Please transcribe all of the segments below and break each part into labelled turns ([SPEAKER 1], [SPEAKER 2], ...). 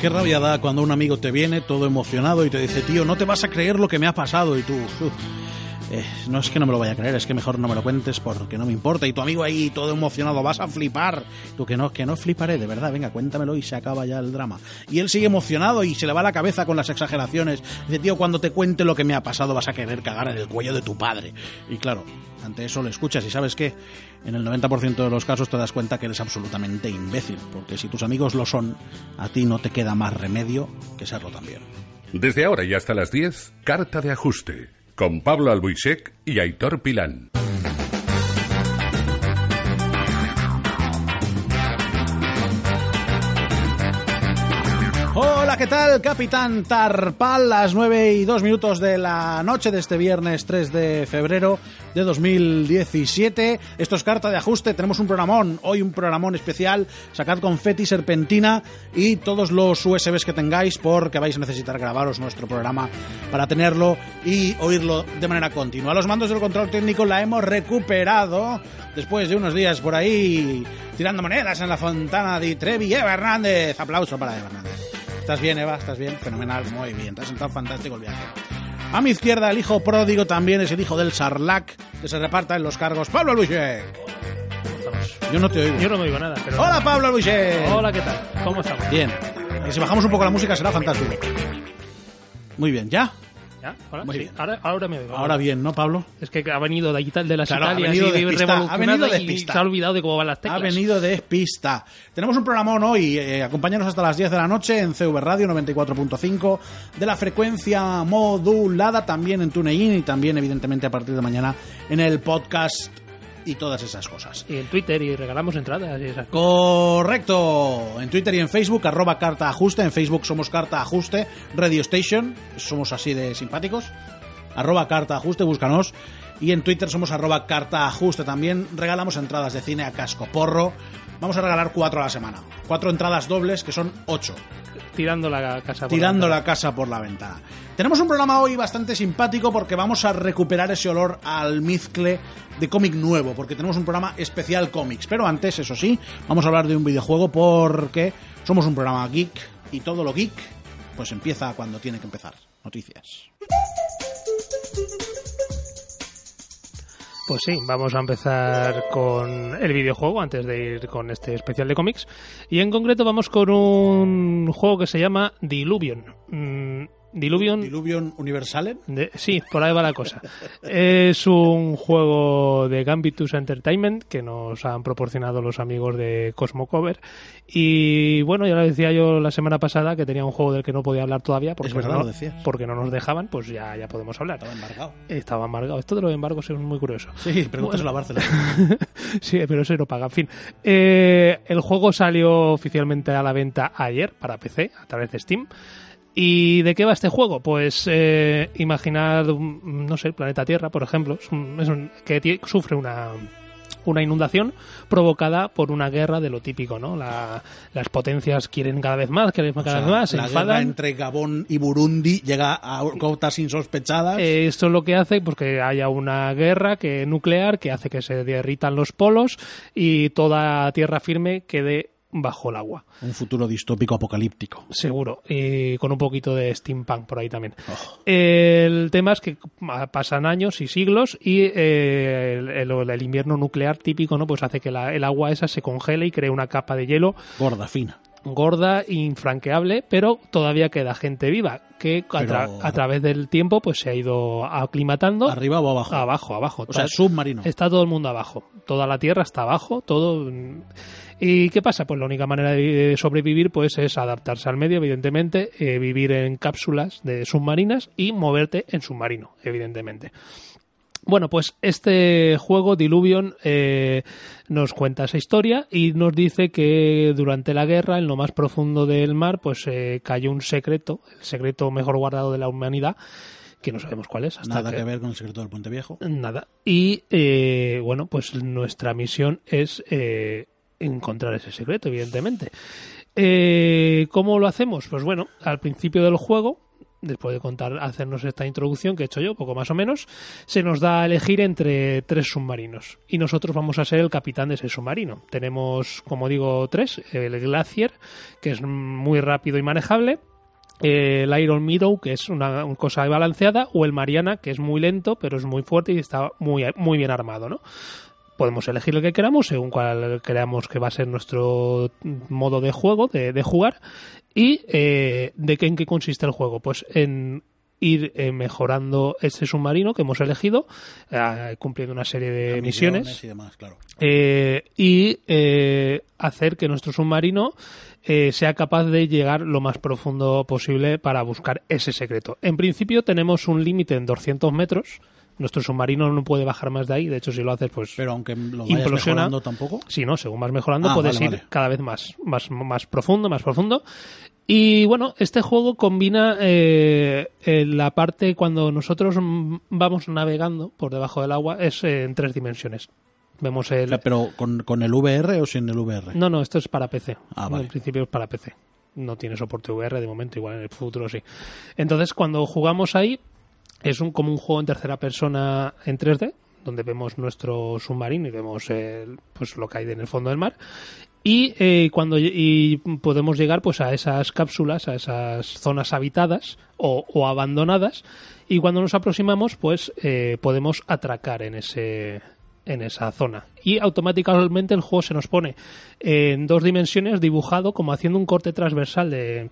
[SPEAKER 1] Qué rabia da cuando un amigo te viene todo emocionado y te dice, tío, no te vas a creer lo que me ha pasado. Y tú, "Uf, eh, no es que no me lo vaya a creer, es que mejor no me lo cuentes porque no me importa. Y tu amigo ahí todo emocionado, vas a flipar. Tú que no, que no fliparé, de verdad, venga, cuéntamelo y se acaba ya el drama. Y él sigue emocionado y se le va la cabeza con las exageraciones. Dice, tío, cuando te cuente lo que me ha pasado vas a querer cagar en el cuello de tu padre. Y claro, ante eso le escuchas y sabes que en el 90% de los casos te das cuenta que eres absolutamente imbécil, porque si tus amigos lo son, a ti no te queda más remedio que serlo también.
[SPEAKER 2] Desde ahora y hasta las 10, Carta de Ajuste, con Pablo Albuisek y Aitor Pilán.
[SPEAKER 1] Hola, ¿qué tal? Capitán Tarpal, las 9 y 2 minutos de la noche de este viernes 3 de febrero de 2017. Esto es Carta de Ajuste, tenemos un programón, hoy un programón especial. Sacad confeti, serpentina y todos los USBs que tengáis porque vais a necesitar grabaros nuestro programa para tenerlo y oírlo de manera continua. Los mandos del control técnico la hemos recuperado después de unos días por ahí tirando monedas en la fontana de Trevi. Eva Hernández, aplauso para Eva Hernández. ¿Estás bien, Eva? ¿Estás bien? Fenomenal, muy bien. Te has sentado fantástico el viaje. A mi izquierda, el hijo pródigo también es el hijo del Sarlac, que se reparta en los cargos. ¡Pablo Luche! Yo no te oigo.
[SPEAKER 3] Yo no me oigo nada, pero...
[SPEAKER 1] ¡Hola, Pablo Luche!
[SPEAKER 3] Hola, ¿qué tal? ¿Cómo estamos?
[SPEAKER 1] Bien. Y si bajamos un poco la música será fantástico. Muy bien, ¿ya?
[SPEAKER 3] ¿Ya? ¿Hola?
[SPEAKER 1] Muy
[SPEAKER 3] Sí,
[SPEAKER 1] bien.
[SPEAKER 3] Ahora, ahora me oigo.
[SPEAKER 1] Ahora bien, ¿no, Pablo?
[SPEAKER 3] Es que ha venido de, Ita- de las
[SPEAKER 1] Claro, ha
[SPEAKER 3] Italias
[SPEAKER 1] venido
[SPEAKER 3] y de
[SPEAKER 1] despista- ha
[SPEAKER 3] revolucionada
[SPEAKER 1] venido
[SPEAKER 3] y
[SPEAKER 1] despista.
[SPEAKER 3] se ha olvidado de cómo van las
[SPEAKER 1] Ha
[SPEAKER 3] teclas.
[SPEAKER 1] venido de pista. Tenemos un programón hoy. eh, acompáñanos hasta las 10 de la noche en CV Radio 94.5 de la frecuencia modulada, también en TuneIn y también, evidentemente, a partir de mañana en el podcast y todas esas cosas.
[SPEAKER 3] Y en Twitter y regalamos entradas y esas cosas.
[SPEAKER 1] Correcto. En Twitter y en Facebook, arroba carta ajuste. En Facebook somos carta ajuste. Radio Station, somos así de simpáticos. Arroba carta ajuste, búscanos. Y en Twitter somos arroba carta ajuste también. Regalamos entradas de cine a casco porro. Vamos a regalar cuatro a la semana. Cuatro entradas dobles, que son ocho
[SPEAKER 3] Tirando la casa por
[SPEAKER 1] tirando
[SPEAKER 3] la
[SPEAKER 1] la casa por la ventana. Tenemos un programa hoy bastante simpático porque vamos a recuperar ese olor al mizcle de cómic nuevo, porque tenemos un programa especial cómics. Pero antes, eso sí, vamos a hablar de un videojuego porque somos un programa geek y todo lo geek pues empieza cuando tiene que empezar. Noticias.
[SPEAKER 3] Pues sí, vamos a empezar con el videojuego antes de ir con este especial de cómics. Y en concreto vamos con un juego que se llama Diluvion. Mm, Diluvion.
[SPEAKER 1] Diluvion Universalen.
[SPEAKER 3] de- sí, por ahí va la cosa. Es un juego de Gambitus Entertainment que nos han proporcionado los amigos de Cosmo Cover. Y bueno, ya lo decía yo la semana pasada que tenía un juego del que no podía hablar todavía porque,
[SPEAKER 1] Es verdad,
[SPEAKER 3] no,
[SPEAKER 1] lo decías.
[SPEAKER 3] porque no nos dejaban, pues ya, ya podemos hablar.
[SPEAKER 1] Estaba embargado.
[SPEAKER 3] Estaba embargado. Esto de los embargos es muy curioso.
[SPEAKER 1] Sí, pregúntaselo a Barcelona.
[SPEAKER 3] sí, pero se lo paga. En fin, Eh, el juego salió oficialmente a la venta ayer para PC a través de Steam. ¿Y de qué va este juego? Pues eh, imaginar, un- no sé, el planeta Tierra, por ejemplo, es un- es un- que tie- sufre una, una inundación provocada por una guerra de lo típico, ¿no? La- las potencias quieren cada vez más, quieren cada
[SPEAKER 1] O sea,
[SPEAKER 3] vez más, se
[SPEAKER 1] la guerra
[SPEAKER 3] enfadan.
[SPEAKER 1] entre Gabón y Burundi llega a cotas insospechadas.
[SPEAKER 3] Eh, esto es lo que hace pues, que haya una guerra que, nuclear que hace que se derritan los polos y toda tierra firme quede bajo el agua,
[SPEAKER 1] un futuro distópico apocalíptico.
[SPEAKER 3] seguro, y con un poquito de steampunk por ahí también. El tema es que pa- pasan años y siglos y eh, el, el- el invierno nuclear típico no pues hace que la- el agua esa se congele y cree una capa de hielo
[SPEAKER 1] Gorda, fina.
[SPEAKER 3] gorda, infranqueable, pero todavía queda gente viva que a,
[SPEAKER 1] Pero-
[SPEAKER 3] tra- a través del tiempo pues se ha ido aclimatando.
[SPEAKER 1] ¿Arriba o abajo?
[SPEAKER 3] Abajo, abajo.
[SPEAKER 1] O sea,
[SPEAKER 3] Está-
[SPEAKER 1] submarino.
[SPEAKER 3] Está todo el mundo abajo. Toda la tierra está abajo, todo. mm. ¿Y qué pasa? Pues la única manera de eh, sobrevivir pues es adaptarse al medio, evidentemente, eh, vivir en cápsulas de submarinas y moverte en submarino, evidentemente. Bueno, pues este juego, Diluvion, eh, nos cuenta esa historia y nos dice que durante la guerra, en lo más profundo del mar, pues eh, cayó un secreto, el secreto mejor guardado de la humanidad, que no sabemos cuál es. Hasta
[SPEAKER 1] Nada que ver con el secreto del Puente Viejo.
[SPEAKER 3] Nada. Y eh, bueno, pues nuestra misión es eh, encontrar ese secreto, evidentemente. Eh, ¿Cómo lo hacemos? Pues bueno, al principio del juego, después de contar, hacernos esta introducción que he hecho yo, poco más o menos, se nos da a elegir entre tres submarinos. Y nosotros vamos a ser el capitán de ese submarino. Tenemos, como digo, tres. El Glacier, que es muy rápido y manejable Eh, el Iron Meadow, que es una una cosa balanceada, o el Mariana, que es muy lento, pero es muy fuerte y está muy, muy bien armado, ¿no? Podemos elegir el que queramos, según cuál creamos que va a ser nuestro modo de juego, de, de jugar. ¿Y eh, de qué, en qué consiste el juego? Pues en ir eh, mejorando ese submarino que hemos elegido, eh, cumpliendo una serie de misiones
[SPEAKER 1] Y demás, claro.
[SPEAKER 3] eh, y eh, hacer que nuestro submarino eh, sea capaz de llegar lo más profundo posible para buscar ese secreto. En principio tenemos un límite en 200 metros. Nuestro submarino no puede bajar más de ahí. De hecho, si lo haces, pues
[SPEAKER 1] Pero aunque lo vayas
[SPEAKER 3] Implosiona.
[SPEAKER 1] mejorando tampoco.
[SPEAKER 3] si no, según vas mejorando,
[SPEAKER 1] Ah,
[SPEAKER 3] puedes
[SPEAKER 1] vale,
[SPEAKER 3] ir
[SPEAKER 1] vale.
[SPEAKER 3] cada vez más, más, más profundo, más profundo. Y bueno, este juego combina eh, eh, la parte cuando nosotros mm, vamos navegando por debajo del agua, es eh, en tres dimensiones. Vemos el,
[SPEAKER 1] Claro, Pero con, con el VR o sin el VR.
[SPEAKER 3] no, no, esto es para PC.
[SPEAKER 1] Ah, vale.
[SPEAKER 3] En principio es para PC. No tiene soporte VR de momento, igual en el futuro sí. Entonces, cuando jugamos ahí, es un, como un juego en tercera persona en 3D, donde vemos nuestro submarino y vemos eh, pues lo que hay en el fondo del mar. Y eh, cuando lle- y podemos llegar pues a esas cápsulas, a esas zonas habitadas o, o abandonadas, y cuando nos aproximamos, pues eh, podemos atracar en ese en esa zona. Y automáticamente el juego se nos pone en dos dimensiones dibujado como haciendo un corte transversal de,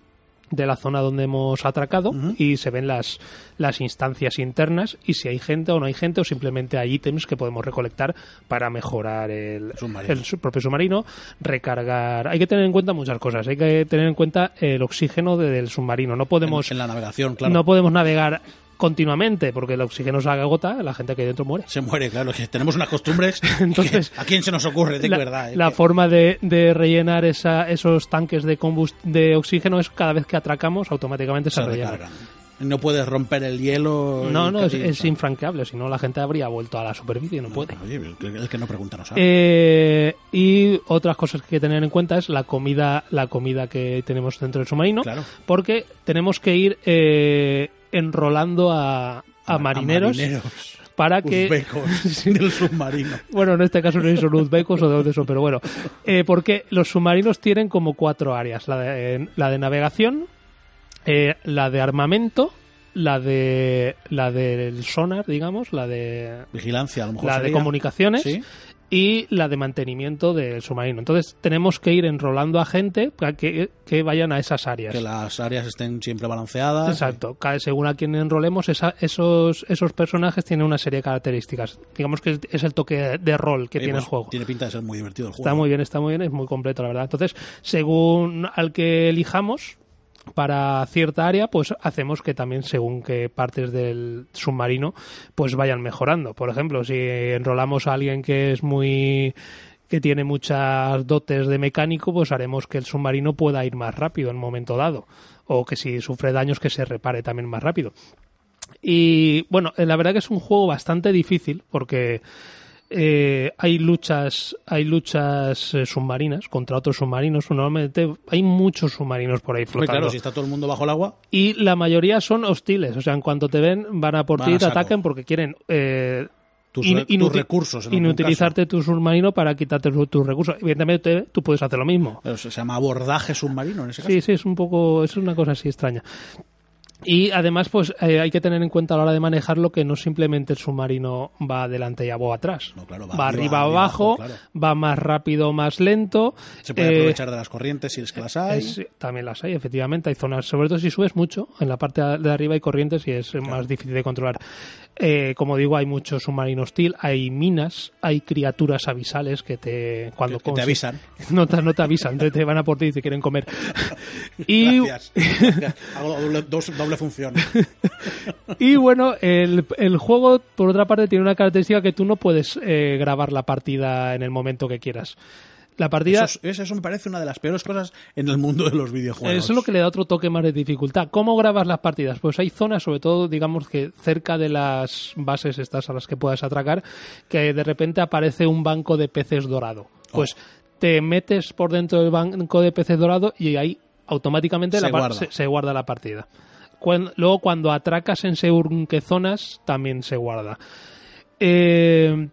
[SPEAKER 3] de la zona donde hemos atracado y se ven las, las instancias internas y si hay gente o no hay gente o simplemente hay ítems que podemos recolectar para mejorar el,
[SPEAKER 1] Submarino.
[SPEAKER 3] el su- propio submarino, recargar. Hay que tener en cuenta muchas cosas, hay que tener en cuenta el oxígeno de- del submarino. No
[SPEAKER 1] En,
[SPEAKER 3] podemos,
[SPEAKER 1] en la navegación, claro.
[SPEAKER 3] no podemos navegar continuamente porque el oxígeno se agota, la gente que hay dentro muere.
[SPEAKER 1] se muere, claro. que tenemos unas costumbres.
[SPEAKER 3] Entonces-
[SPEAKER 1] ¿A quién se nos ocurre? De
[SPEAKER 3] la,
[SPEAKER 1] verdad. eh,
[SPEAKER 3] la
[SPEAKER 1] que-
[SPEAKER 3] forma de, de rellenar esa- esos tanques de, combust- de oxígeno es cada vez que atracamos automáticamente se,
[SPEAKER 1] se
[SPEAKER 3] rellenan.
[SPEAKER 1] recargan. No puedes romper el hielo. y
[SPEAKER 3] No, no, es,
[SPEAKER 1] casi-
[SPEAKER 3] es infranqueable, si no la gente habría vuelto a la superficie, no,
[SPEAKER 1] No,
[SPEAKER 3] puede.
[SPEAKER 1] oye, el que- el que no pregunta no sabe.
[SPEAKER 3] Eh, y otras cosas que hay que tener en cuenta es la comida, la comida que tenemos dentro del submarino,
[SPEAKER 1] Claro.
[SPEAKER 3] porque tenemos que ir eh, enrolando a, a
[SPEAKER 1] A- a
[SPEAKER 3] marineros para que
[SPEAKER 1] uzbecos del submarino.
[SPEAKER 3] Bueno, en este caso no sé si son uzbecos o de dónde son, pero bueno. Eh, porque los submarinos tienen como cuatro áreas. La de, la de navegación, eh, la de armamento, la de la del sonar, digamos, la de
[SPEAKER 1] Vigilancia, a lo mejor.
[SPEAKER 3] la de
[SPEAKER 1] sería.
[SPEAKER 3] comunicaciones
[SPEAKER 1] Sí.
[SPEAKER 3] y la de mantenimiento del submarino. Entonces tenemos que ir enrolando a gente para que, que vayan a esas áreas.
[SPEAKER 1] Que las áreas estén siempre balanceadas.
[SPEAKER 3] Exacto. Cada- Según a quien enrolemos, esa- esos, esos personajes tienen una serie de características. Digamos que es el toque de rol que
[SPEAKER 1] Oye,
[SPEAKER 3] tiene el
[SPEAKER 1] pues,
[SPEAKER 3] juego.
[SPEAKER 1] Tiene pinta de ser muy divertido el juego.
[SPEAKER 3] Está muy bien, está muy bien, es muy completo, la verdad. Entonces, según al que elijamos para cierta área, pues hacemos que también según qué partes del submarino pues vayan mejorando. Por ejemplo, si enrolamos a alguien que es muy que tiene muchas dotes de mecánico, pues haremos que el submarino pueda ir más rápido en un momento dado o que si sufre daños que se repare también más rápido. Y bueno, eh, la verdad que es un juego bastante difícil porque eh, hay luchas, hay luchas eh, submarinas contra otros submarinos. Normalmente hay muchos submarinos por ahí
[SPEAKER 1] Hombre,
[SPEAKER 3] flotando.
[SPEAKER 1] claro, si está todo el mundo bajo el agua,
[SPEAKER 3] Y la mayoría son hostiles. O sea, en cuanto te ven, van a por
[SPEAKER 1] Van
[SPEAKER 3] ti
[SPEAKER 1] a
[SPEAKER 3] y te
[SPEAKER 1] saco.
[SPEAKER 3] atacan porque quieren eh,
[SPEAKER 1] tus,
[SPEAKER 3] in-
[SPEAKER 1] re- tus
[SPEAKER 3] inuti-
[SPEAKER 1] recursos. En algún
[SPEAKER 3] inutilizarte tu submarino para quitarte su- tus recursos. Evidentemente, tú puedes hacer lo mismo.
[SPEAKER 1] caso. Pero Se se llama abordaje submarino en ese caso.
[SPEAKER 3] Sí, sí, es un poco, es una cosa así extraña. Y además, pues eh, hay que tener en cuenta a la hora de manejarlo que no simplemente el submarino va adelante y o atrás.
[SPEAKER 1] No, claro,
[SPEAKER 3] va, arriba, abajo,
[SPEAKER 1] abajo, claro.
[SPEAKER 3] va más rápido, más lento.
[SPEAKER 1] Se puede
[SPEAKER 3] eh,
[SPEAKER 1] aprovechar de las corrientes si es que las hay.
[SPEAKER 3] es- también las hay, efectivamente. Hay zonas, sobre todo si subes mucho, en la parte de arriba hay corrientes y es eh, más difícil de controlar. Eh, como digo, hay mucho submarino hostil, hay minas, hay criaturas abisales que te. cuando
[SPEAKER 1] que te
[SPEAKER 3] consi-
[SPEAKER 1] avisan.
[SPEAKER 3] No te, no te avisan, te, te van a por ti y te quieren comer. Y
[SPEAKER 1] Gracias. Gracias. Hago doble- dos- doble, doble función.
[SPEAKER 3] Y bueno, el, el juego, por otra parte, tiene una característica que tú no puedes eh, grabar la partida en el momento que quieras. La partida
[SPEAKER 1] Eso,
[SPEAKER 3] es,
[SPEAKER 1] es- eso, me parece una de las peores cosas en el mundo de los videojuegos.
[SPEAKER 3] lo que le da otro toque más de dificultad. ¿Cómo grabas las partidas? Pues hay zonas, sobre todo, digamos que cerca de las bases estas a las que puedas atracar, que de repente aparece un banco de peces dorado. Pues
[SPEAKER 1] Oh.
[SPEAKER 3] te metes por dentro del banco de peces dorado y ahí automáticamente
[SPEAKER 1] Se
[SPEAKER 3] la par-
[SPEAKER 1] guarda.
[SPEAKER 3] Se, se guarda la partida. Cuan- luego cuando atracas en según qué zonas también se guarda. Eh,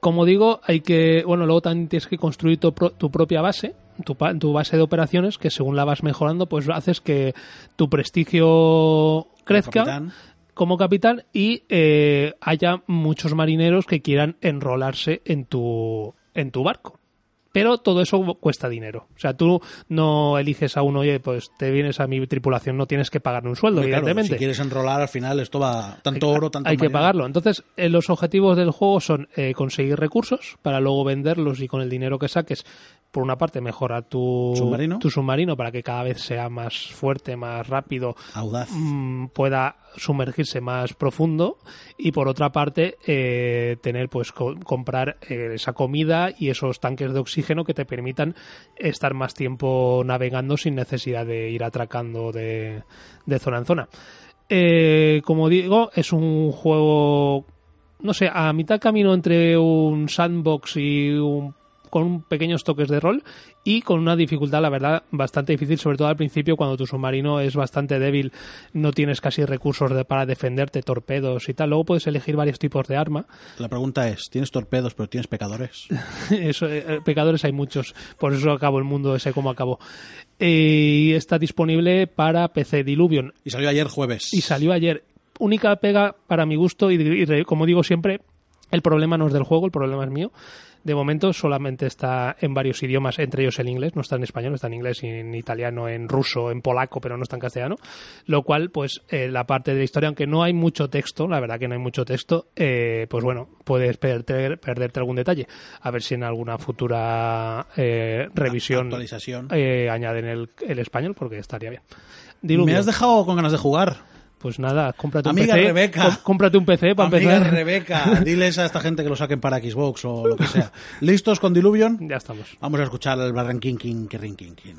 [SPEAKER 3] como digo, hay que. Bueno, luego también tienes que construir tu, pro- tu propia base, tu, pa- tu base de operaciones, que según la vas mejorando, pues haces que tu prestigio crezca
[SPEAKER 1] Capitán.
[SPEAKER 3] como capitán y eh, haya muchos marineros que quieran enrolarse en tu, en tu barco. Pero todo eso cuesta dinero. O sea, tú no eliges a uno, oye, pues te vienes a mi tripulación, no tienes que pagarme un sueldo,
[SPEAKER 1] Hombre, claro,
[SPEAKER 3] evidentemente.
[SPEAKER 1] si quieres enrolar, al final esto va tanto
[SPEAKER 3] Hay-
[SPEAKER 1] oro, tanto
[SPEAKER 3] Hay que
[SPEAKER 1] marinero.
[SPEAKER 3] pagarlo. Entonces, eh, los objetivos del juego son eh, conseguir recursos para luego venderlos y con el dinero que saques, por una parte, mejorar tu
[SPEAKER 1] Submarino.
[SPEAKER 3] tu submarino para que cada vez sea más fuerte, más rápido,
[SPEAKER 1] Audaz.
[SPEAKER 3] mm, pueda sumergirse más profundo y por otra parte eh, tener pues co- comprar eh, esa comida y esos tanques de oxígeno que te permitan estar más tiempo navegando sin necesidad de ir atracando de, de zona en zona Eh, como digo es un juego no sé a mitad camino entre un sandbox y un con pequeños toques de rol y con una dificultad, la verdad, bastante difícil, sobre todo al principio cuando tu submarino es bastante débil, no tienes casi recursos de- para defenderte, torpedos y tal. Luego puedes elegir varios tipos de arma.
[SPEAKER 1] La pregunta es, ¿tienes torpedos pero tienes pecadores?
[SPEAKER 3] Eso, eh, pecadores hay muchos, por eso acabó el mundo ese como acabó. Eh, y está disponible para PC Diluvion.
[SPEAKER 1] Y salió ayer jueves.
[SPEAKER 3] Y salió ayer. Única pega para mi gusto, y, y re- como digo siempre, el problema no es del juego, el problema es mío. De momento solamente está en varios idiomas, entre ellos el inglés, no está en español, está en inglés, y en italiano, en ruso, en polaco, pero no está en castellano. Lo cual, pues, eh, la parte de la historia, aunque no hay mucho texto, la verdad que no hay mucho texto, eh, pues bueno, puedes perderte, perderte algún detalle. A ver si en alguna futura eh, revisión
[SPEAKER 1] Actualización.
[SPEAKER 3] eh, añaden el, el español, porque estaría bien.
[SPEAKER 1] Me
[SPEAKER 3] Diluvio.
[SPEAKER 1] has dejado con ganas de jugar.
[SPEAKER 3] Pues nada, cómprate un
[SPEAKER 1] Amiga
[SPEAKER 3] PC.
[SPEAKER 1] Rebeca.
[SPEAKER 3] com- Cómprate un PC para
[SPEAKER 1] Amiga
[SPEAKER 3] empezar.
[SPEAKER 1] Rebeca, diles a esta gente que lo saquen para Xbox o lo que sea. ¿Listos con Diluvion?
[SPEAKER 3] Ya estamos.
[SPEAKER 1] Vamos a escuchar el barranquinquin, quirrinquinquin.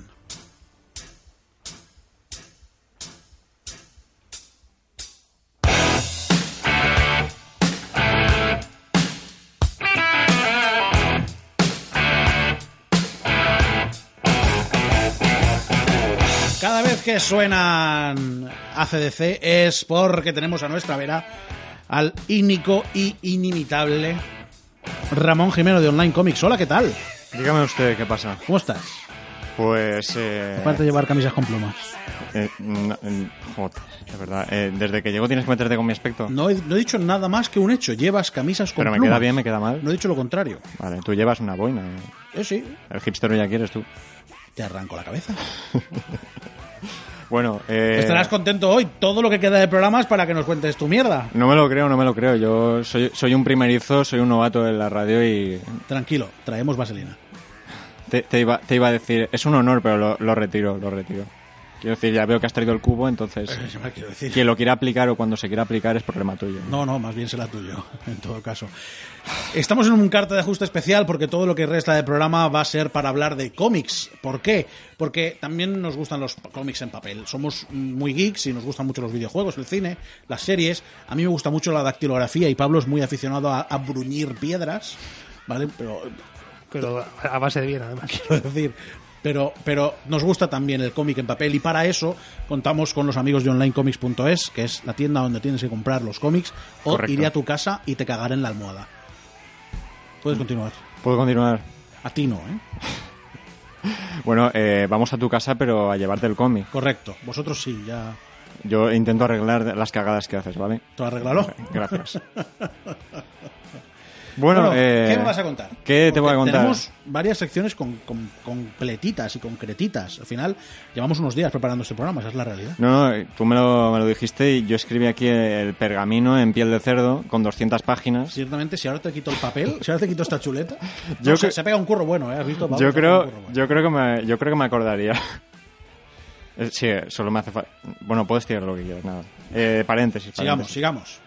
[SPEAKER 1] Cada vez que suenan ACDC es porque tenemos a nuestra vera al ínico y inimitable Ramón Jimeno de Online Comics. Hola, ¿qué tal?
[SPEAKER 4] Dígame usted qué pasa.
[SPEAKER 1] ¿Cómo estás?
[SPEAKER 4] Pues. Eh,
[SPEAKER 1] Aparte de llevar camisas con plumas.
[SPEAKER 4] eh, no, eh, joder, de verdad. eh, desde que llego tienes que meterte con mi aspecto.
[SPEAKER 1] No he, no he dicho nada más que un hecho. Llevas camisas con
[SPEAKER 4] Pero me
[SPEAKER 1] plumas.
[SPEAKER 4] queda bien, me queda mal.
[SPEAKER 1] No he dicho lo contrario.
[SPEAKER 4] Vale, tú llevas una boina. eh.
[SPEAKER 1] Eh, sí.
[SPEAKER 4] El hipster ya quieres tú.
[SPEAKER 1] Te arranco la cabeza.
[SPEAKER 4] Eh. Bueno, eh,
[SPEAKER 1] Estarás contento hoy. Todo lo que queda de programas para que nos cuentes tu mierda.
[SPEAKER 4] no me lo creo, no me lo creo. Yo soy, soy un primerizo, soy un novato en la radio y
[SPEAKER 1] Tranquilo, traemos vaselina.
[SPEAKER 4] te, te iba, te iba a decir, es un honor, pero lo, lo retiro, lo retiro. Quiero decir, ya veo que has traído el cubo, entonces
[SPEAKER 1] Eh, me quiero decir.
[SPEAKER 4] quien lo quiera aplicar o cuando se quiera aplicar es problema tuyo.
[SPEAKER 1] No, no, más bien será tuyo, en todo caso. Estamos en un carta de ajuste especial porque todo lo que resta de programa va a ser para hablar de cómics. ¿Por qué? Porque también nos gustan los p- cómics en papel. Somos muy geeks y nos gustan mucho los videojuegos, el cine, las series. A mí me gusta mucho la dactilografía y Pablo es muy aficionado a, a bruñir piedras, ¿vale? Pero
[SPEAKER 3] Pero a- a base de bien, además.
[SPEAKER 1] quiero decir. Pero, pero nos gusta también el cómic en papel y para eso contamos con los amigos de onlinecomics.es, que es la tienda donde tienes que comprar los cómics, o
[SPEAKER 4] Correcto.
[SPEAKER 1] iré a tu casa y te cagaré en la almohada.
[SPEAKER 4] Mm.
[SPEAKER 1] Puedes continuar.
[SPEAKER 4] ¿Puedo continuar?
[SPEAKER 1] A ti no, ¿eh?
[SPEAKER 4] Bueno, eh, vamos a tu casa, pero a llevarte el cómic.
[SPEAKER 1] Correcto. Vosotros sí, ya.
[SPEAKER 4] Yo intento arreglar las cagadas que haces, ¿vale?
[SPEAKER 1] Te lo arreglalo.
[SPEAKER 4] Gracias. Bueno, eh,
[SPEAKER 1] ¿qué me vas a contar?
[SPEAKER 4] ¿Qué te voy a
[SPEAKER 1] Porque
[SPEAKER 4] contar?
[SPEAKER 1] Tenemos varias secciones con, con- completitas y concretitas. Al final, llevamos unos días preparando este programa, esa es la realidad.
[SPEAKER 4] No, no, tú me lo, me lo dijiste y yo escribí aquí el pergamino en piel de cerdo con 200 páginas.
[SPEAKER 1] Ciertamente, si ahora te quito el papel, si ahora te quito esta chuleta,
[SPEAKER 4] Yo
[SPEAKER 1] no, se,
[SPEAKER 4] que-
[SPEAKER 1] se ha pegado un curro bueno, ¿eh? ¿Has visto? Pablo? Se
[SPEAKER 4] yo
[SPEAKER 1] ha pegado un
[SPEAKER 4] creo,
[SPEAKER 1] curro bueno.
[SPEAKER 4] yo creo que me, yo creo que me acordaría. Eh, Sí, solo me hace falta. Bueno, puedes tirar lo que quieras, nada. Eh, paréntesis,
[SPEAKER 1] Sigamos,
[SPEAKER 4] paréntesis.
[SPEAKER 1] sigamos.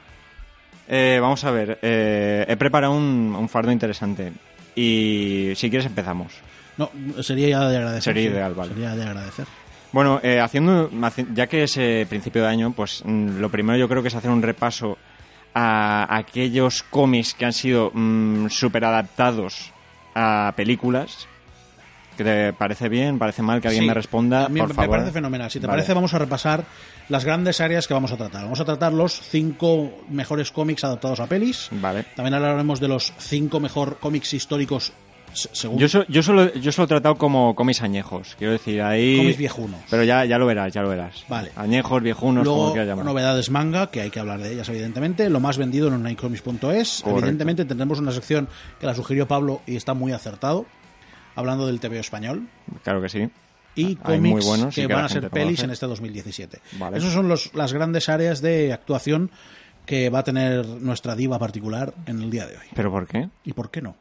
[SPEAKER 4] Eh, vamos a ver, eh, he preparado un, un fardo interesante. Y si quieres, empezamos.
[SPEAKER 1] No, sería ya de agradecer.
[SPEAKER 4] Sería
[SPEAKER 1] sí.
[SPEAKER 4] ideal, vale.
[SPEAKER 1] Sería de agradecer.
[SPEAKER 4] Bueno, eh, haciendo, haci- ya que es eh, principio de año, pues mm, lo primero yo creo que es hacer un repaso a aquellos cómics que han sido super adaptados a películas. ¿Que te parece bien? ¿Parece mal que alguien
[SPEAKER 1] Sí,
[SPEAKER 4] me responda?
[SPEAKER 1] a mí
[SPEAKER 4] por
[SPEAKER 1] me
[SPEAKER 4] favor.
[SPEAKER 1] parece fenomenal. Si te
[SPEAKER 4] Vale.
[SPEAKER 1] parece, vamos a repasar las grandes áreas que vamos a tratar. Vamos a tratar los cinco mejores cómics adaptados a pelis.
[SPEAKER 4] Vale.
[SPEAKER 1] También hablaremos de los cinco mejor cómics históricos se- según
[SPEAKER 4] Yo, so- yo solo yo solo he tratado como cómics añejos, quiero decir, ahí...
[SPEAKER 1] Cómics viejunos.
[SPEAKER 4] Pero ya, ya lo verás, ya lo verás.
[SPEAKER 1] Vale.
[SPEAKER 4] Añejos, viejunos, como
[SPEAKER 1] Luego,
[SPEAKER 4] quieras llamar.
[SPEAKER 1] novedades manga, que hay que hablar de ellas, evidentemente. Lo más vendido en onlinecomics.es.
[SPEAKER 4] Correcto.
[SPEAKER 1] Evidentemente, tendremos una sección que la sugirió Pablo y está muy acertado, hablando del TVO español.
[SPEAKER 4] Claro que sí.
[SPEAKER 1] Y
[SPEAKER 4] Hay muy
[SPEAKER 1] cómics
[SPEAKER 4] buenos y
[SPEAKER 1] que
[SPEAKER 4] que la
[SPEAKER 1] van a
[SPEAKER 4] gente
[SPEAKER 1] ser pelis
[SPEAKER 4] conoce.
[SPEAKER 1] en este 2017.
[SPEAKER 4] Vale.
[SPEAKER 1] Esas son los- las grandes áreas de actuación que va a tener nuestra diva particular en el día de hoy.
[SPEAKER 4] ¿Pero por qué?
[SPEAKER 1] ¿Y por qué no?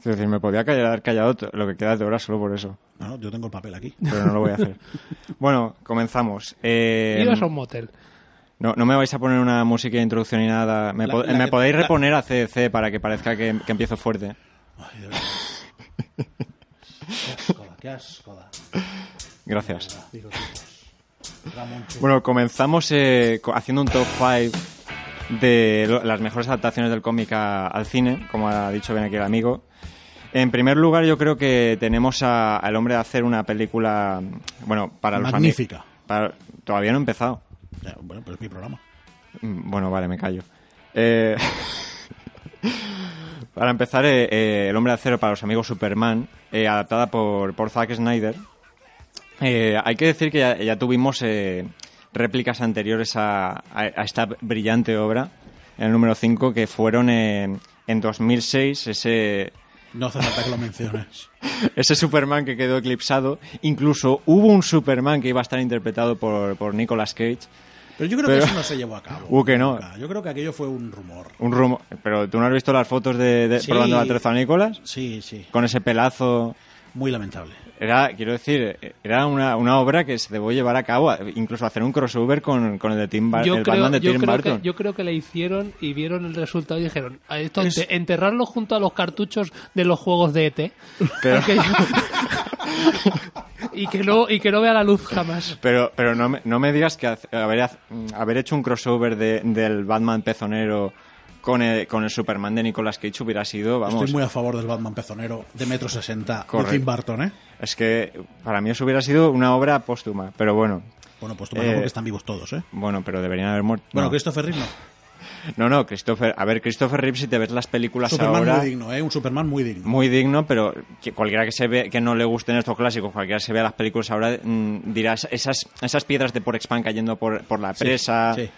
[SPEAKER 4] Es decir, me podía callar, callado t- lo que queda de hora solo por eso.
[SPEAKER 1] No, yo tengo el papel aquí.
[SPEAKER 4] Pero no lo voy a hacer. bueno, comenzamos. Eh,
[SPEAKER 3] Ibas a un motel.
[SPEAKER 4] no, no me vais a poner una música de introducción ni nada. Me,
[SPEAKER 1] La-
[SPEAKER 4] po-
[SPEAKER 1] la
[SPEAKER 4] me
[SPEAKER 1] que-
[SPEAKER 4] podéis
[SPEAKER 1] la-
[SPEAKER 4] reponer a CDC para que parezca que, que empiezo fuerte.
[SPEAKER 1] Ay, de verdad. Qué asco da, qué asco da.
[SPEAKER 4] Gracias.
[SPEAKER 1] Digo, chicos. Ramón Chu-
[SPEAKER 4] Bueno, comenzamos eh, co- haciendo un top 5 de lo- las mejores adaptaciones del cómic a- al cine, como ha dicho bien aquí el amigo. En primer lugar, yo creo que tenemos a- al hombre de hacer una película, bueno, para los ami-
[SPEAKER 1] Magnífica.
[SPEAKER 4] para- todavía no he empezado.
[SPEAKER 1] Ya, Bueno, pero es mi programa.
[SPEAKER 4] Mm, Bueno, vale, me callo. Eh, para empezar, eh, eh, El hombre de acero para los amigos Superman, eh, adaptada por, por Zack Snyder. Eh, hay que decir que ya, ya tuvimos eh, réplicas anteriores a, a- a esta brillante obra, en el número 5, que fueron eh, en 2006, ese,
[SPEAKER 1] No hace falta que lo menciones.
[SPEAKER 4] ese Superman que quedó eclipsado. Incluso hubo un Superman que iba a estar interpretado por, por Nicolas Cage.
[SPEAKER 1] Pero yo creo
[SPEAKER 4] Pero-
[SPEAKER 1] que eso no se llevó a cabo.
[SPEAKER 4] Uh, que no.
[SPEAKER 1] Nunca. Yo creo que aquello fue un rumor.
[SPEAKER 4] Un rumor. Pero tú no has visto las fotos de, de
[SPEAKER 1] Sí.
[SPEAKER 4] probando la treza a Nicolás
[SPEAKER 1] Sí, sí.
[SPEAKER 4] con ese pelazo.
[SPEAKER 1] Muy lamentable.
[SPEAKER 4] Era, quiero decir, era una, una obra que se debió llevar a cabo, a- incluso hacer un crossover con, con el de Tim Bar- el Batman de
[SPEAKER 3] yo
[SPEAKER 4] Tim
[SPEAKER 3] creo
[SPEAKER 4] Burton.
[SPEAKER 3] Que, yo creo que le hicieron y vieron el resultado y dijeron, "A esto
[SPEAKER 1] Es-
[SPEAKER 3] ente- enterrarlo junto a los cartuchos de los juegos de E ET.
[SPEAKER 4] Pero-
[SPEAKER 3] Porque yo- y, que no, y que no vea la luz jamás.
[SPEAKER 4] Pero, pero no, me, no me digas que hace- haber, haz- haber hecho un crossover de- del Batman pezonero con el, con el Superman de Nicolas Cage hubiera sido, vamos,
[SPEAKER 1] Estoy muy a favor del Batman pezonero de metro sesenta de
[SPEAKER 4] Correcto.
[SPEAKER 1] Tim Burton, ¿eh?
[SPEAKER 4] es que para mí eso hubiera sido una obra póstuma. Pero bueno,
[SPEAKER 1] Bueno, pues tú me lo digo
[SPEAKER 4] Eh,
[SPEAKER 1] porque están vivos todos, ¿eh?
[SPEAKER 4] bueno, pero deberían haber muerto.
[SPEAKER 1] Bueno,
[SPEAKER 4] no.
[SPEAKER 1] Christopher Reeve no.
[SPEAKER 4] No, no, Christopher. A ver, Christopher Reeve, si te ves las películas
[SPEAKER 1] Superman
[SPEAKER 4] ahora.
[SPEAKER 1] muy digno, ¿eh? Un Superman muy digno.
[SPEAKER 4] muy digno, pero que cualquiera que se ve que no le gusten estos clásicos, cualquiera que se vea las películas ahora mm, dirás esas esas piedras de por expand cayendo por, por la presa.
[SPEAKER 1] sí.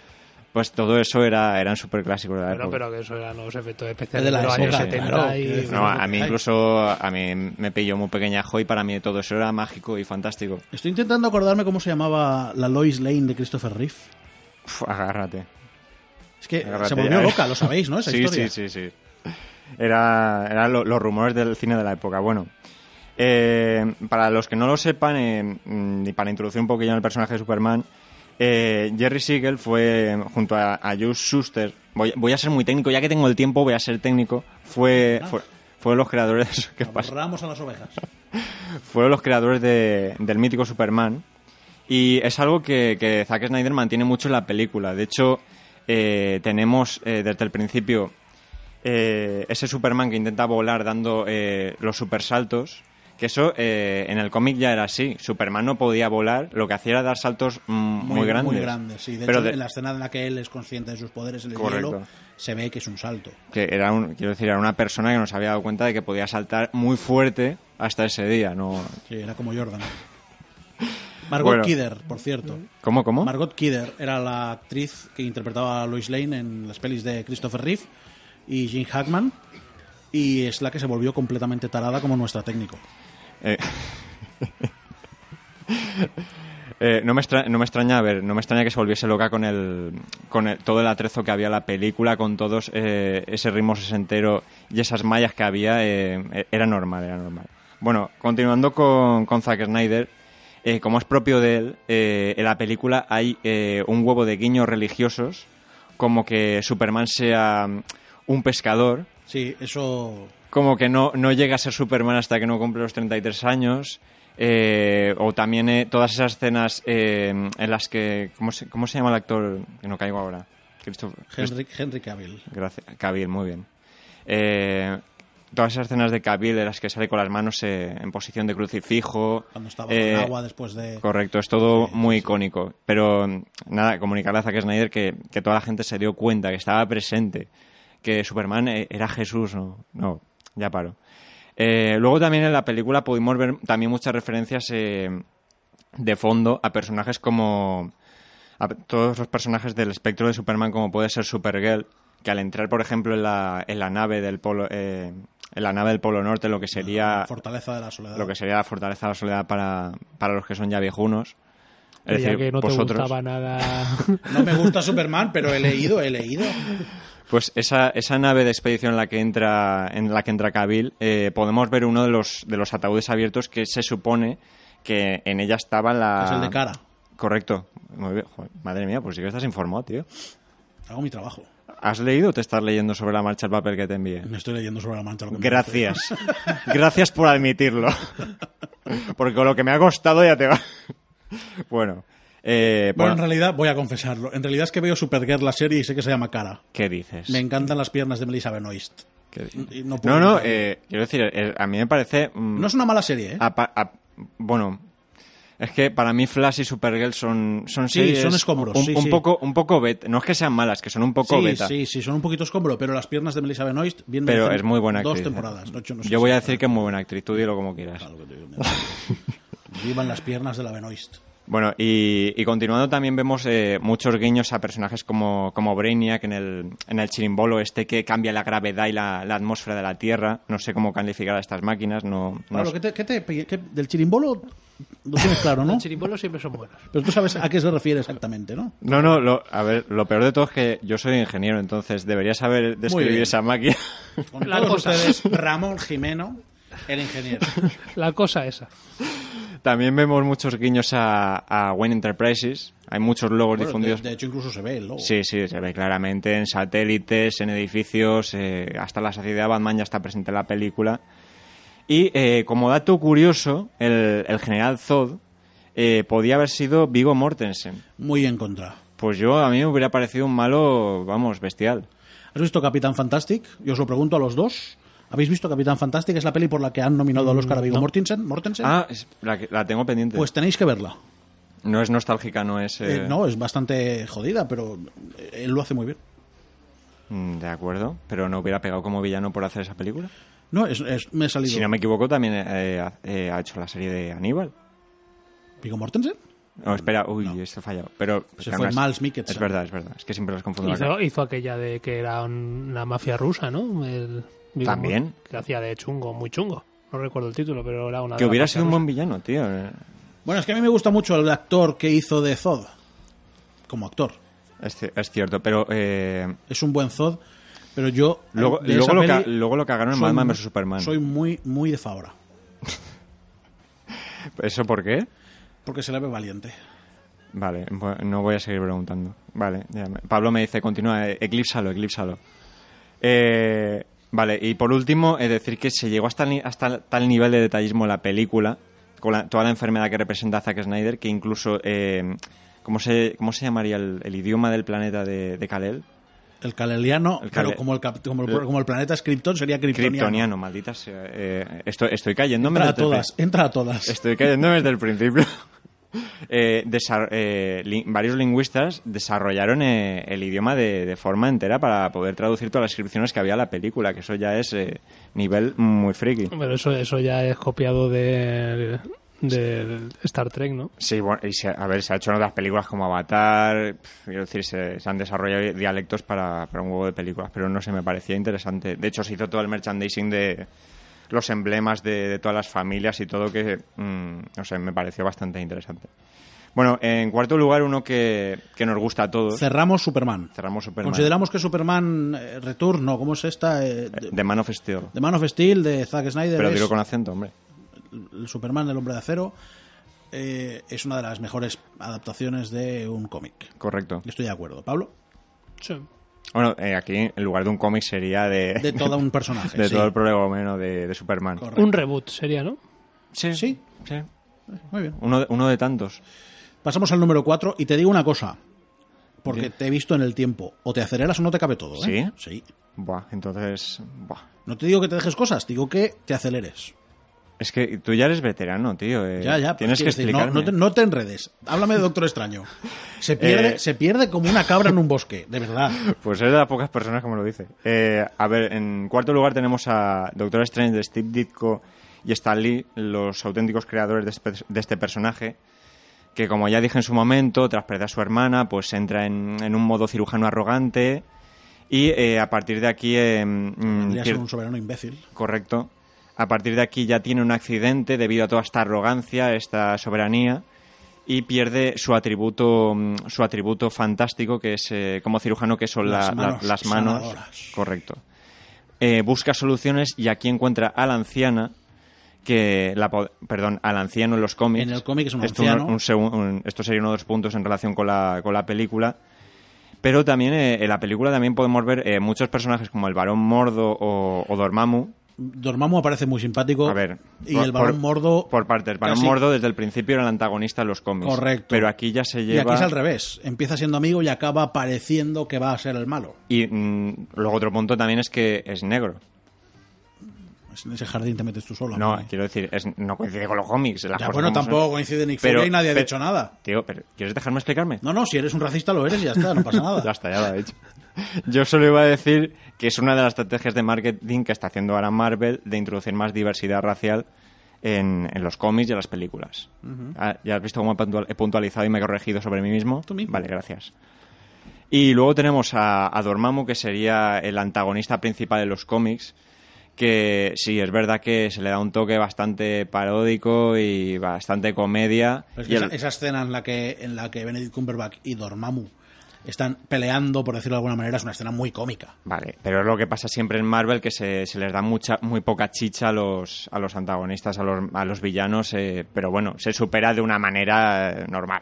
[SPEAKER 4] Pues todo eso era eran super clásicos de la
[SPEAKER 3] Pero,
[SPEAKER 4] época.
[SPEAKER 3] pero que eso eran los efectos especiales
[SPEAKER 1] Es de la
[SPEAKER 3] de, los años
[SPEAKER 4] época,
[SPEAKER 3] 70
[SPEAKER 1] claro,
[SPEAKER 3] y-
[SPEAKER 1] quiero decir.
[SPEAKER 4] No, a mí
[SPEAKER 1] Ay.
[SPEAKER 4] incluso a mí me pilló muy pequeñajo y para mí todo eso era mágico y fantástico.
[SPEAKER 1] Estoy intentando acordarme cómo se llamaba la Lois Lane de Christopher Reeve.
[SPEAKER 4] Uf, agárrate.
[SPEAKER 1] Es que
[SPEAKER 4] agárrate
[SPEAKER 1] se
[SPEAKER 4] ya,
[SPEAKER 1] volvió
[SPEAKER 4] ¿eh?
[SPEAKER 1] loca, lo sabéis, ¿no? Esa
[SPEAKER 4] sí,
[SPEAKER 1] historia.
[SPEAKER 4] sí, sí, sí. Era, eran lo- los rumores del cine de la época. Bueno, eh, para los que no lo sepan, eh, mm, y para introducir un poquillo en el personaje de Superman, eh, Jerry Siegel fue, junto a, a Joe Schuster, voy, voy a ser muy técnico, ya que tengo el tiempo voy a ser técnico, fue,
[SPEAKER 1] Ah.
[SPEAKER 4] fue, fue los creadores... ¿qué pasa?
[SPEAKER 1] Aborramos a las ovejas.
[SPEAKER 4] fueron los creadores de- del mítico Superman. Y es algo que, que Zack Snyder mantiene mucho en la película. De hecho, eh, tenemos eh, desde el principio eh, ese Superman que intenta volar dando eh, los supersaltos. Que eso eh, en el cómic ya era así. Superman no podía volar, lo que hacía era dar saltos mm, muy, grandes.
[SPEAKER 1] Muy grandes, sí. De
[SPEAKER 4] Pero
[SPEAKER 1] hecho,
[SPEAKER 4] de-
[SPEAKER 1] en la escena en la que él es consciente de sus poderes en el
[SPEAKER 4] Correcto.
[SPEAKER 1] hielo, se ve que es un salto.
[SPEAKER 4] que era un, quiero decir, era una persona que nos había dado cuenta de que podía saltar muy fuerte hasta ese día. No,
[SPEAKER 1] Sí, era como Jordan. Margot
[SPEAKER 4] Bueno.
[SPEAKER 1] Kidder, por cierto.
[SPEAKER 4] ¿Cómo, cómo?
[SPEAKER 1] Margot Kidder era la actriz que interpretaba a Lois Lane en las pelis de Christopher Reeve y Jim Hackman. Y es la que se volvió completamente tarada como nuestra técnico.
[SPEAKER 4] Eh, Eh, no, me extra- no me extraña, a ver, no me extraña que se volviese loca con el, con el- todo el atrezo que había en la película, con todos eh, ese ritmo sesentero y esas mallas que eh, había, eh, era normal, era normal. Bueno, continuando con, con Zack Snyder, eh, como es propio de él, eh, en la película hay eh, un huevo de guiños religiosos, como que Superman sea mm, un pescador,
[SPEAKER 1] Sí, eso.
[SPEAKER 4] como que no, no llega a ser Superman hasta que no cumple los 33 años. eh, o también eh, todas esas escenas eh, en las que... ¿cómo se, ¿Cómo se llama el actor? Que no caigo ahora. Christopher,
[SPEAKER 1] Henry,
[SPEAKER 4] Pues-
[SPEAKER 1] Henry Cavill.
[SPEAKER 4] Gracias. Cavill, muy bien. Eh, todas esas escenas de Cavill en las que sale con las manos eh, en posición de crucifijo.
[SPEAKER 1] Cuando estaba en
[SPEAKER 4] eh,
[SPEAKER 1] agua después de.
[SPEAKER 4] Correcto, es todo
[SPEAKER 1] Sí,
[SPEAKER 4] muy icónico. Pero mm, nada, comunicarle a Zack Snyder que, que toda la gente se dio cuenta, que estaba presente, que Superman eh, era Jesús, no, no ya paro. Eh, luego también en la película pudimos ver también muchas referencias eh, de fondo a personajes como a todos los personajes del espectro de Superman, como puede ser Supergirl, que al entrar, por ejemplo, en la, en la nave del polo, eh, en la nave del Polo Norte, lo que
[SPEAKER 1] Ah,
[SPEAKER 4] sería
[SPEAKER 1] Fortaleza de la soledad.
[SPEAKER 4] lo que sería la fortaleza de la soledad para, para los que son ya viejunos. Es
[SPEAKER 3] Ya
[SPEAKER 4] decir,
[SPEAKER 3] que no te
[SPEAKER 4] vosotros.
[SPEAKER 3] gustaba nada.
[SPEAKER 1] No me gusta Superman, pero he leído, he leído.
[SPEAKER 4] Pues esa, esa nave de expedición en la que entra, en la que entra Cabil, eh, podemos ver uno de los, de los ataúdes abiertos que se supone que en ella estaba la.
[SPEAKER 1] Es el de cara.
[SPEAKER 4] Correcto. Muy bien. Joder, madre mía, pues sí que estás informado, tío.
[SPEAKER 1] Hago mi trabajo.
[SPEAKER 4] ¿Has leído o te estás leyendo sobre la marcha el papel que te envié?
[SPEAKER 1] Me estoy leyendo sobre la mancha. lo que me
[SPEAKER 4] Gracias. Gracias por admitirlo. Porque con lo que me ha costado ya te va. Bueno. eh,
[SPEAKER 1] Bueno, en
[SPEAKER 4] por-
[SPEAKER 1] realidad, voy a confesarlo. En realidad es que veo Supergirl la serie y sé que se llama Cara.
[SPEAKER 4] ¿Qué dices?
[SPEAKER 1] Me encantan las piernas de Melissa Benoist.
[SPEAKER 4] ¿Qué dices?
[SPEAKER 1] Y No, puedo
[SPEAKER 4] No, no,
[SPEAKER 1] evitarlo.
[SPEAKER 4] eh, quiero decir, eh, a mí me parece... mm,
[SPEAKER 1] No es una mala serie, ¿eh?
[SPEAKER 4] apa- a- bueno, es que para mí Flash y Supergirl son, son
[SPEAKER 1] Sí,
[SPEAKER 4] series
[SPEAKER 1] son escombros,
[SPEAKER 4] Un,
[SPEAKER 1] sí,
[SPEAKER 4] un
[SPEAKER 1] sí.
[SPEAKER 4] poco, un poco beta. No es que sean malas, que son un poco
[SPEAKER 1] sí,
[SPEAKER 4] beta.
[SPEAKER 1] sí, sí, son un poquito escombro, pero las piernas de Melissa Benoist bien
[SPEAKER 4] Pero
[SPEAKER 1] merecen
[SPEAKER 4] es muy buena
[SPEAKER 1] Dos
[SPEAKER 4] actriz. ¿eh?
[SPEAKER 1] temporadas. ocho, no sé
[SPEAKER 4] Yo voy
[SPEAKER 1] si-
[SPEAKER 4] a decir que es muy buena actriz, tú dilo como quieras.
[SPEAKER 1] Claro que te digo, mira. Vivan las piernas de la Benoist.
[SPEAKER 4] Bueno, y, y continuando también vemos eh, muchos guiños a personajes como, como Brainiac en el, en el chirimbolo este que cambia la gravedad y la, la atmósfera de la Tierra. No sé cómo calificar a estas máquinas, no... no
[SPEAKER 1] Pablo,
[SPEAKER 4] sé.
[SPEAKER 1] ¿qué te, qué te- qué- del chirimbolo lo tienes claro, ¿no?
[SPEAKER 3] Los chirimbolos siempre son buenos.
[SPEAKER 1] Pero tú sabes a qué se refiere exactamente, ¿no?
[SPEAKER 4] No, no, lo- a ver, lo peor de todo es que yo soy ingeniero, entonces debería saber describir
[SPEAKER 1] bien.
[SPEAKER 4] esa máquina.
[SPEAKER 1] Con
[SPEAKER 3] La
[SPEAKER 1] todos
[SPEAKER 3] cosa.
[SPEAKER 1] ustedes, Ramón Jimeno, el ingeniero.
[SPEAKER 3] La cosa esa.
[SPEAKER 4] También vemos muchos guiños a, a Wayne Enterprises, hay muchos
[SPEAKER 1] Bueno,
[SPEAKER 4] logos
[SPEAKER 1] de,
[SPEAKER 4] difundidos.
[SPEAKER 1] de hecho, incluso se ve el logo.
[SPEAKER 4] Sí, sí, se ve claramente en satélites, en edificios, eh, hasta la sociedad Batman ya está presente en la película. Y eh, como dato curioso, el, el general Zod eh, podía haber sido Vigo Mortensen.
[SPEAKER 1] Muy en contra.
[SPEAKER 4] Pues yo, a mí me hubiera parecido un malo, vamos, bestial.
[SPEAKER 1] ¿Has visto Capitán Fantastic? Yo os lo pregunto a los dos. ¿Habéis visto Capitán Fantastic? Es la peli por la que han nominado al Oscar a Viggo Mortensen. Mortensen.
[SPEAKER 4] Mm, Ah, es- la, que- la tengo pendiente.
[SPEAKER 1] Pues tenéis que verla.
[SPEAKER 4] no es nostálgica, no es... eh,
[SPEAKER 1] Eh, no, es bastante jodida, pero eh, él lo hace muy bien.
[SPEAKER 4] Mm, De acuerdo, pero no hubiera pegado como villano por hacer esa película.
[SPEAKER 1] No, es, es- me ha salido.
[SPEAKER 4] Si no me equivoco, también eh, ha, eh, ha hecho la serie de Aníbal.
[SPEAKER 1] ¿Viggo Mortensen?
[SPEAKER 4] No, espera, uy, esto he fallado. Pero,
[SPEAKER 1] Se
[SPEAKER 4] pero
[SPEAKER 1] fue
[SPEAKER 4] no es-
[SPEAKER 1] Miles Mikkelsen.
[SPEAKER 4] Es verdad, es verdad. Es que siempre los confundo. la cara.
[SPEAKER 3] Hizo, hizo aquella de que era una mafia rusa, ¿no? El- digo,
[SPEAKER 4] También.
[SPEAKER 3] Que hacía de chungo, muy chungo. No recuerdo el título, pero era una. de
[SPEAKER 4] Que
[SPEAKER 3] la
[SPEAKER 4] hubiera
[SPEAKER 3] mafia
[SPEAKER 4] sido un
[SPEAKER 3] rusa.
[SPEAKER 4] buen villano, tío. eh,
[SPEAKER 1] Bueno, es que a mí me gusta mucho el actor que hizo de Zod. Como actor.
[SPEAKER 4] Es, ci- es cierto, pero eh,
[SPEAKER 1] Es un buen Zod, pero yo. eh,
[SPEAKER 4] luego,
[SPEAKER 1] de
[SPEAKER 4] luego,
[SPEAKER 1] esa
[SPEAKER 4] lo
[SPEAKER 1] peli,
[SPEAKER 4] ca- luego lo cagaron en
[SPEAKER 1] soy
[SPEAKER 4] Batman
[SPEAKER 1] mu-
[SPEAKER 4] vs Superman.
[SPEAKER 1] Soy muy, muy de favora.
[SPEAKER 4] ¿Eso por qué?
[SPEAKER 1] Porque se le ve valiente.
[SPEAKER 4] Vale, bu- no voy a seguir preguntando. Vale, ya me- Pablo me dice, continúa, eh, eclípsalo, eclípsalo. Eh, vale, y por último, es decir que se llegó hasta, ni- hasta tal nivel de detallismo en la película, con la- toda la enfermedad que representa Zack Snyder, que incluso, eh, ¿cómo, se, ¿cómo se llamaría el, el idioma del planeta de, de Kalel?
[SPEAKER 1] El caleliano,
[SPEAKER 4] El
[SPEAKER 1] pero
[SPEAKER 4] cale-
[SPEAKER 1] como el, cap- como el- como el planeta es Krypton, sería Kryptoniano.
[SPEAKER 4] Kryptoniano, maldita sea. Eh, estoy, estoy cayéndome
[SPEAKER 1] Entra a
[SPEAKER 4] desde el
[SPEAKER 1] todas, entra a todas.
[SPEAKER 4] Estoy cayendo desde el principio. Eh, desar- eh, li- varios lingüistas desarrollaron eh, el idioma de, de forma entera para poder traducir todas las descripciones que había en la película, que eso ya es eh, nivel muy friki.
[SPEAKER 3] Pero eso, eso ya es copiado de, de Star Trek, ¿no?
[SPEAKER 4] Sí, bueno, y se- a ver, se ha hecho en otras películas como Avatar, pf, quiero decir, se, se han desarrollado dialectos para, para un huevo de películas, pero no se me parecía interesante. De hecho, se hizo todo el merchandising de los emblemas de, de todas las familias y todo que, mm, no sé, me pareció bastante interesante. Bueno, en cuarto lugar, uno que, que nos gusta a todos.
[SPEAKER 1] Cerramos Superman.
[SPEAKER 4] Cerramos Superman.
[SPEAKER 1] Consideramos que Superman eh, Return, no, ¿cómo es esta? Eh, de,
[SPEAKER 4] The Man of Steel.
[SPEAKER 1] de Man of Steel, de Zack Snyder,
[SPEAKER 4] Pero
[SPEAKER 1] es
[SPEAKER 4] dilo con acento, hombre.
[SPEAKER 1] el Superman, el hombre de acero. eh, es una de las mejores adaptaciones de un cómic.
[SPEAKER 4] Correcto.
[SPEAKER 1] Estoy de acuerdo. Pablo,
[SPEAKER 3] Sí.
[SPEAKER 4] Bueno, eh, aquí en lugar de un cómic sería de,
[SPEAKER 1] de todo un personaje.
[SPEAKER 4] de
[SPEAKER 1] sí.
[SPEAKER 4] todo el prolegómeno de, de Superman.
[SPEAKER 1] Correcto.
[SPEAKER 3] Un reboot sería, ¿no?
[SPEAKER 4] Sí,
[SPEAKER 1] Sí.
[SPEAKER 4] sí.
[SPEAKER 1] Muy bien.
[SPEAKER 4] Uno, de- uno de tantos.
[SPEAKER 1] Pasamos al número 4 y te digo una cosa. Porque te he visto en el tiempo. O te aceleras o no te cabe todo. ¿eh? Sí.
[SPEAKER 4] Buah, entonces. Buah.
[SPEAKER 1] No te digo que te dejes cosas, digo que te aceleres.
[SPEAKER 4] Es que tú ya eres veterano, tío. eh,
[SPEAKER 1] Ya, ya.
[SPEAKER 4] Tienes que
[SPEAKER 1] quiero decir, no-
[SPEAKER 4] explicarme.
[SPEAKER 1] No, te, no te enredes. Háblame de Doctor Extraño. Se pierde,
[SPEAKER 4] Eh.
[SPEAKER 1] se pierde como una cabra en un bosque, de verdad.
[SPEAKER 4] Pues es de las pocas personas que me lo dice. Eh, a ver, en cuarto lugar tenemos a Doctor Strange de Steve Ditko y Stan Lee, los auténticos creadores de este, de este personaje, que como ya dije en su momento, tras perder a su hermana, pues entra en, en un modo cirujano arrogante y eh, a partir de aquí... eh, mm,
[SPEAKER 1] Podría ser
[SPEAKER 4] pier-
[SPEAKER 1] un soberano imbécil.
[SPEAKER 4] Correcto. A partir de aquí ya tiene un accidente debido a toda esta arrogancia, esta soberanía, y pierde su atributo, mm, su atributo fantástico, que es eh, como cirujano, que son
[SPEAKER 1] Las
[SPEAKER 4] la- la-
[SPEAKER 1] manos
[SPEAKER 4] las manos.
[SPEAKER 1] sanadoras.
[SPEAKER 4] Correcto. Eh, busca soluciones y aquí encuentra a la anciana, que la po- perdón, al anciano en los cómics.
[SPEAKER 1] En el cómic es un
[SPEAKER 4] Esto
[SPEAKER 1] anciano.
[SPEAKER 4] un segun- un- esto sería uno de los puntos en relación con la, con la película. Pero también eh, en la película también podemos ver eh, muchos personajes como el Barón Mordo o, o Dormammu,
[SPEAKER 1] Dormammu aparece muy simpático.
[SPEAKER 4] a ver.
[SPEAKER 1] Y
[SPEAKER 4] por-
[SPEAKER 1] el varón
[SPEAKER 4] por-
[SPEAKER 1] mordo.
[SPEAKER 4] Por parte, el varón
[SPEAKER 1] casi-
[SPEAKER 4] mordo desde el principio era el antagonista de los cómics.
[SPEAKER 1] Correcto.
[SPEAKER 4] Pero aquí ya se
[SPEAKER 1] Y
[SPEAKER 4] lleva.
[SPEAKER 1] aquí es al revés. Empieza siendo amigo y acaba pareciendo que va a ser el malo.
[SPEAKER 4] Y, mm, luego otro punto también es que es negro.
[SPEAKER 1] En ese jardín te metes tú solo.
[SPEAKER 4] No,
[SPEAKER 1] hombre.
[SPEAKER 4] quiero decir, es- no coincide con los cómics. las
[SPEAKER 1] Ya,
[SPEAKER 4] cosas
[SPEAKER 1] bueno,
[SPEAKER 4] como son.
[SPEAKER 1] tampoco coincide Nick Fury y nadie ha
[SPEAKER 4] pero-
[SPEAKER 1] dicho nada.
[SPEAKER 4] Tío, pero ¿quieres dejarme explicarme?
[SPEAKER 1] No, no, si eres un racista lo eres y ya está, no pasa nada.
[SPEAKER 4] Ya está, ya lo he hecho. Yo solo iba a decir que es una de las estrategias de marketing que está haciendo ahora Marvel de introducir más diversidad racial en, en los cómics y en las películas. Ah, ¿Ya has visto cómo he puntual- he puntualizado y me he corregido sobre mí mismo?
[SPEAKER 1] Tú mismo.
[SPEAKER 4] Vale, gracias. Y luego tenemos a, a Dormammu, que sería el antagonista principal de los cómics, que sí, es verdad que se le da un toque bastante paródico y bastante comedia.
[SPEAKER 1] Pero es
[SPEAKER 4] Y
[SPEAKER 1] que
[SPEAKER 4] el-
[SPEAKER 1] esa, esa escena en la que en la que Benedict Cumberbatch y Dormammu están peleando, por decirlo de alguna manera, es una escena muy cómica.
[SPEAKER 4] Vale, pero es lo que pasa siempre en Marvel, que se, se les da mucha, muy poca chicha a los, a los antagonistas, a los, a los villanos, eh, pero bueno, se supera de una manera eh, normal.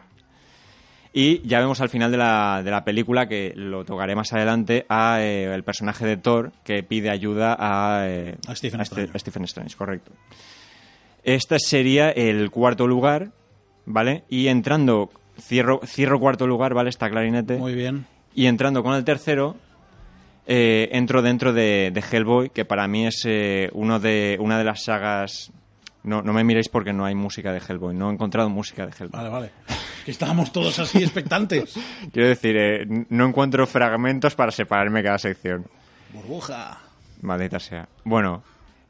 [SPEAKER 4] Y ya vemos al final de la, de la película, que lo tocaré más adelante, a eh, el personaje de Thor que pide ayuda a, eh,
[SPEAKER 1] A Stephen
[SPEAKER 4] Ste-
[SPEAKER 1] Strange.
[SPEAKER 4] Stephen Strange, correcto. Este sería el cuarto lugar, ¿vale? Y entrando, cierro, cierro cuarto lugar, ¿vale? Está clarinete.
[SPEAKER 1] Muy bien.
[SPEAKER 4] Y entrando con el tercero, eh, entro dentro de, de Hellboy, que para mí es eh, uno de, una de las sagas... No, no me miréis porque no hay música de Hellboy, no he encontrado música de Hellboy.
[SPEAKER 1] Vale, vale. Que estábamos todos así expectantes.
[SPEAKER 4] Quiero decir, eh, n- no encuentro fragmentos para separarme cada sección.
[SPEAKER 1] Burbuja.
[SPEAKER 4] Maldita sea. Bueno,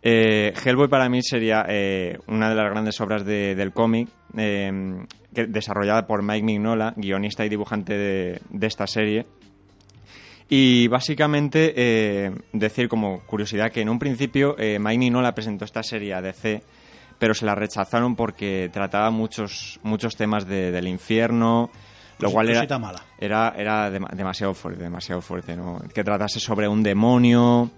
[SPEAKER 4] eh, Hellboy para mí sería eh, una de las grandes obras de- del cómic, eh, que- desarrollada por Mike Mignola, guionista y dibujante de, de esta serie. Y básicamente eh, decir como curiosidad que en un principio eh, Mike Mignola presentó esta serie a DC, pero se la rechazaron porque trataba muchos, muchos temas de- del infierno, lo
[SPEAKER 1] Cosi-
[SPEAKER 4] cual era
[SPEAKER 1] cosita mala.
[SPEAKER 4] era, era dema- demasiado fuerte, demasiado fuerte, ¿no? Que tratase sobre un demonio,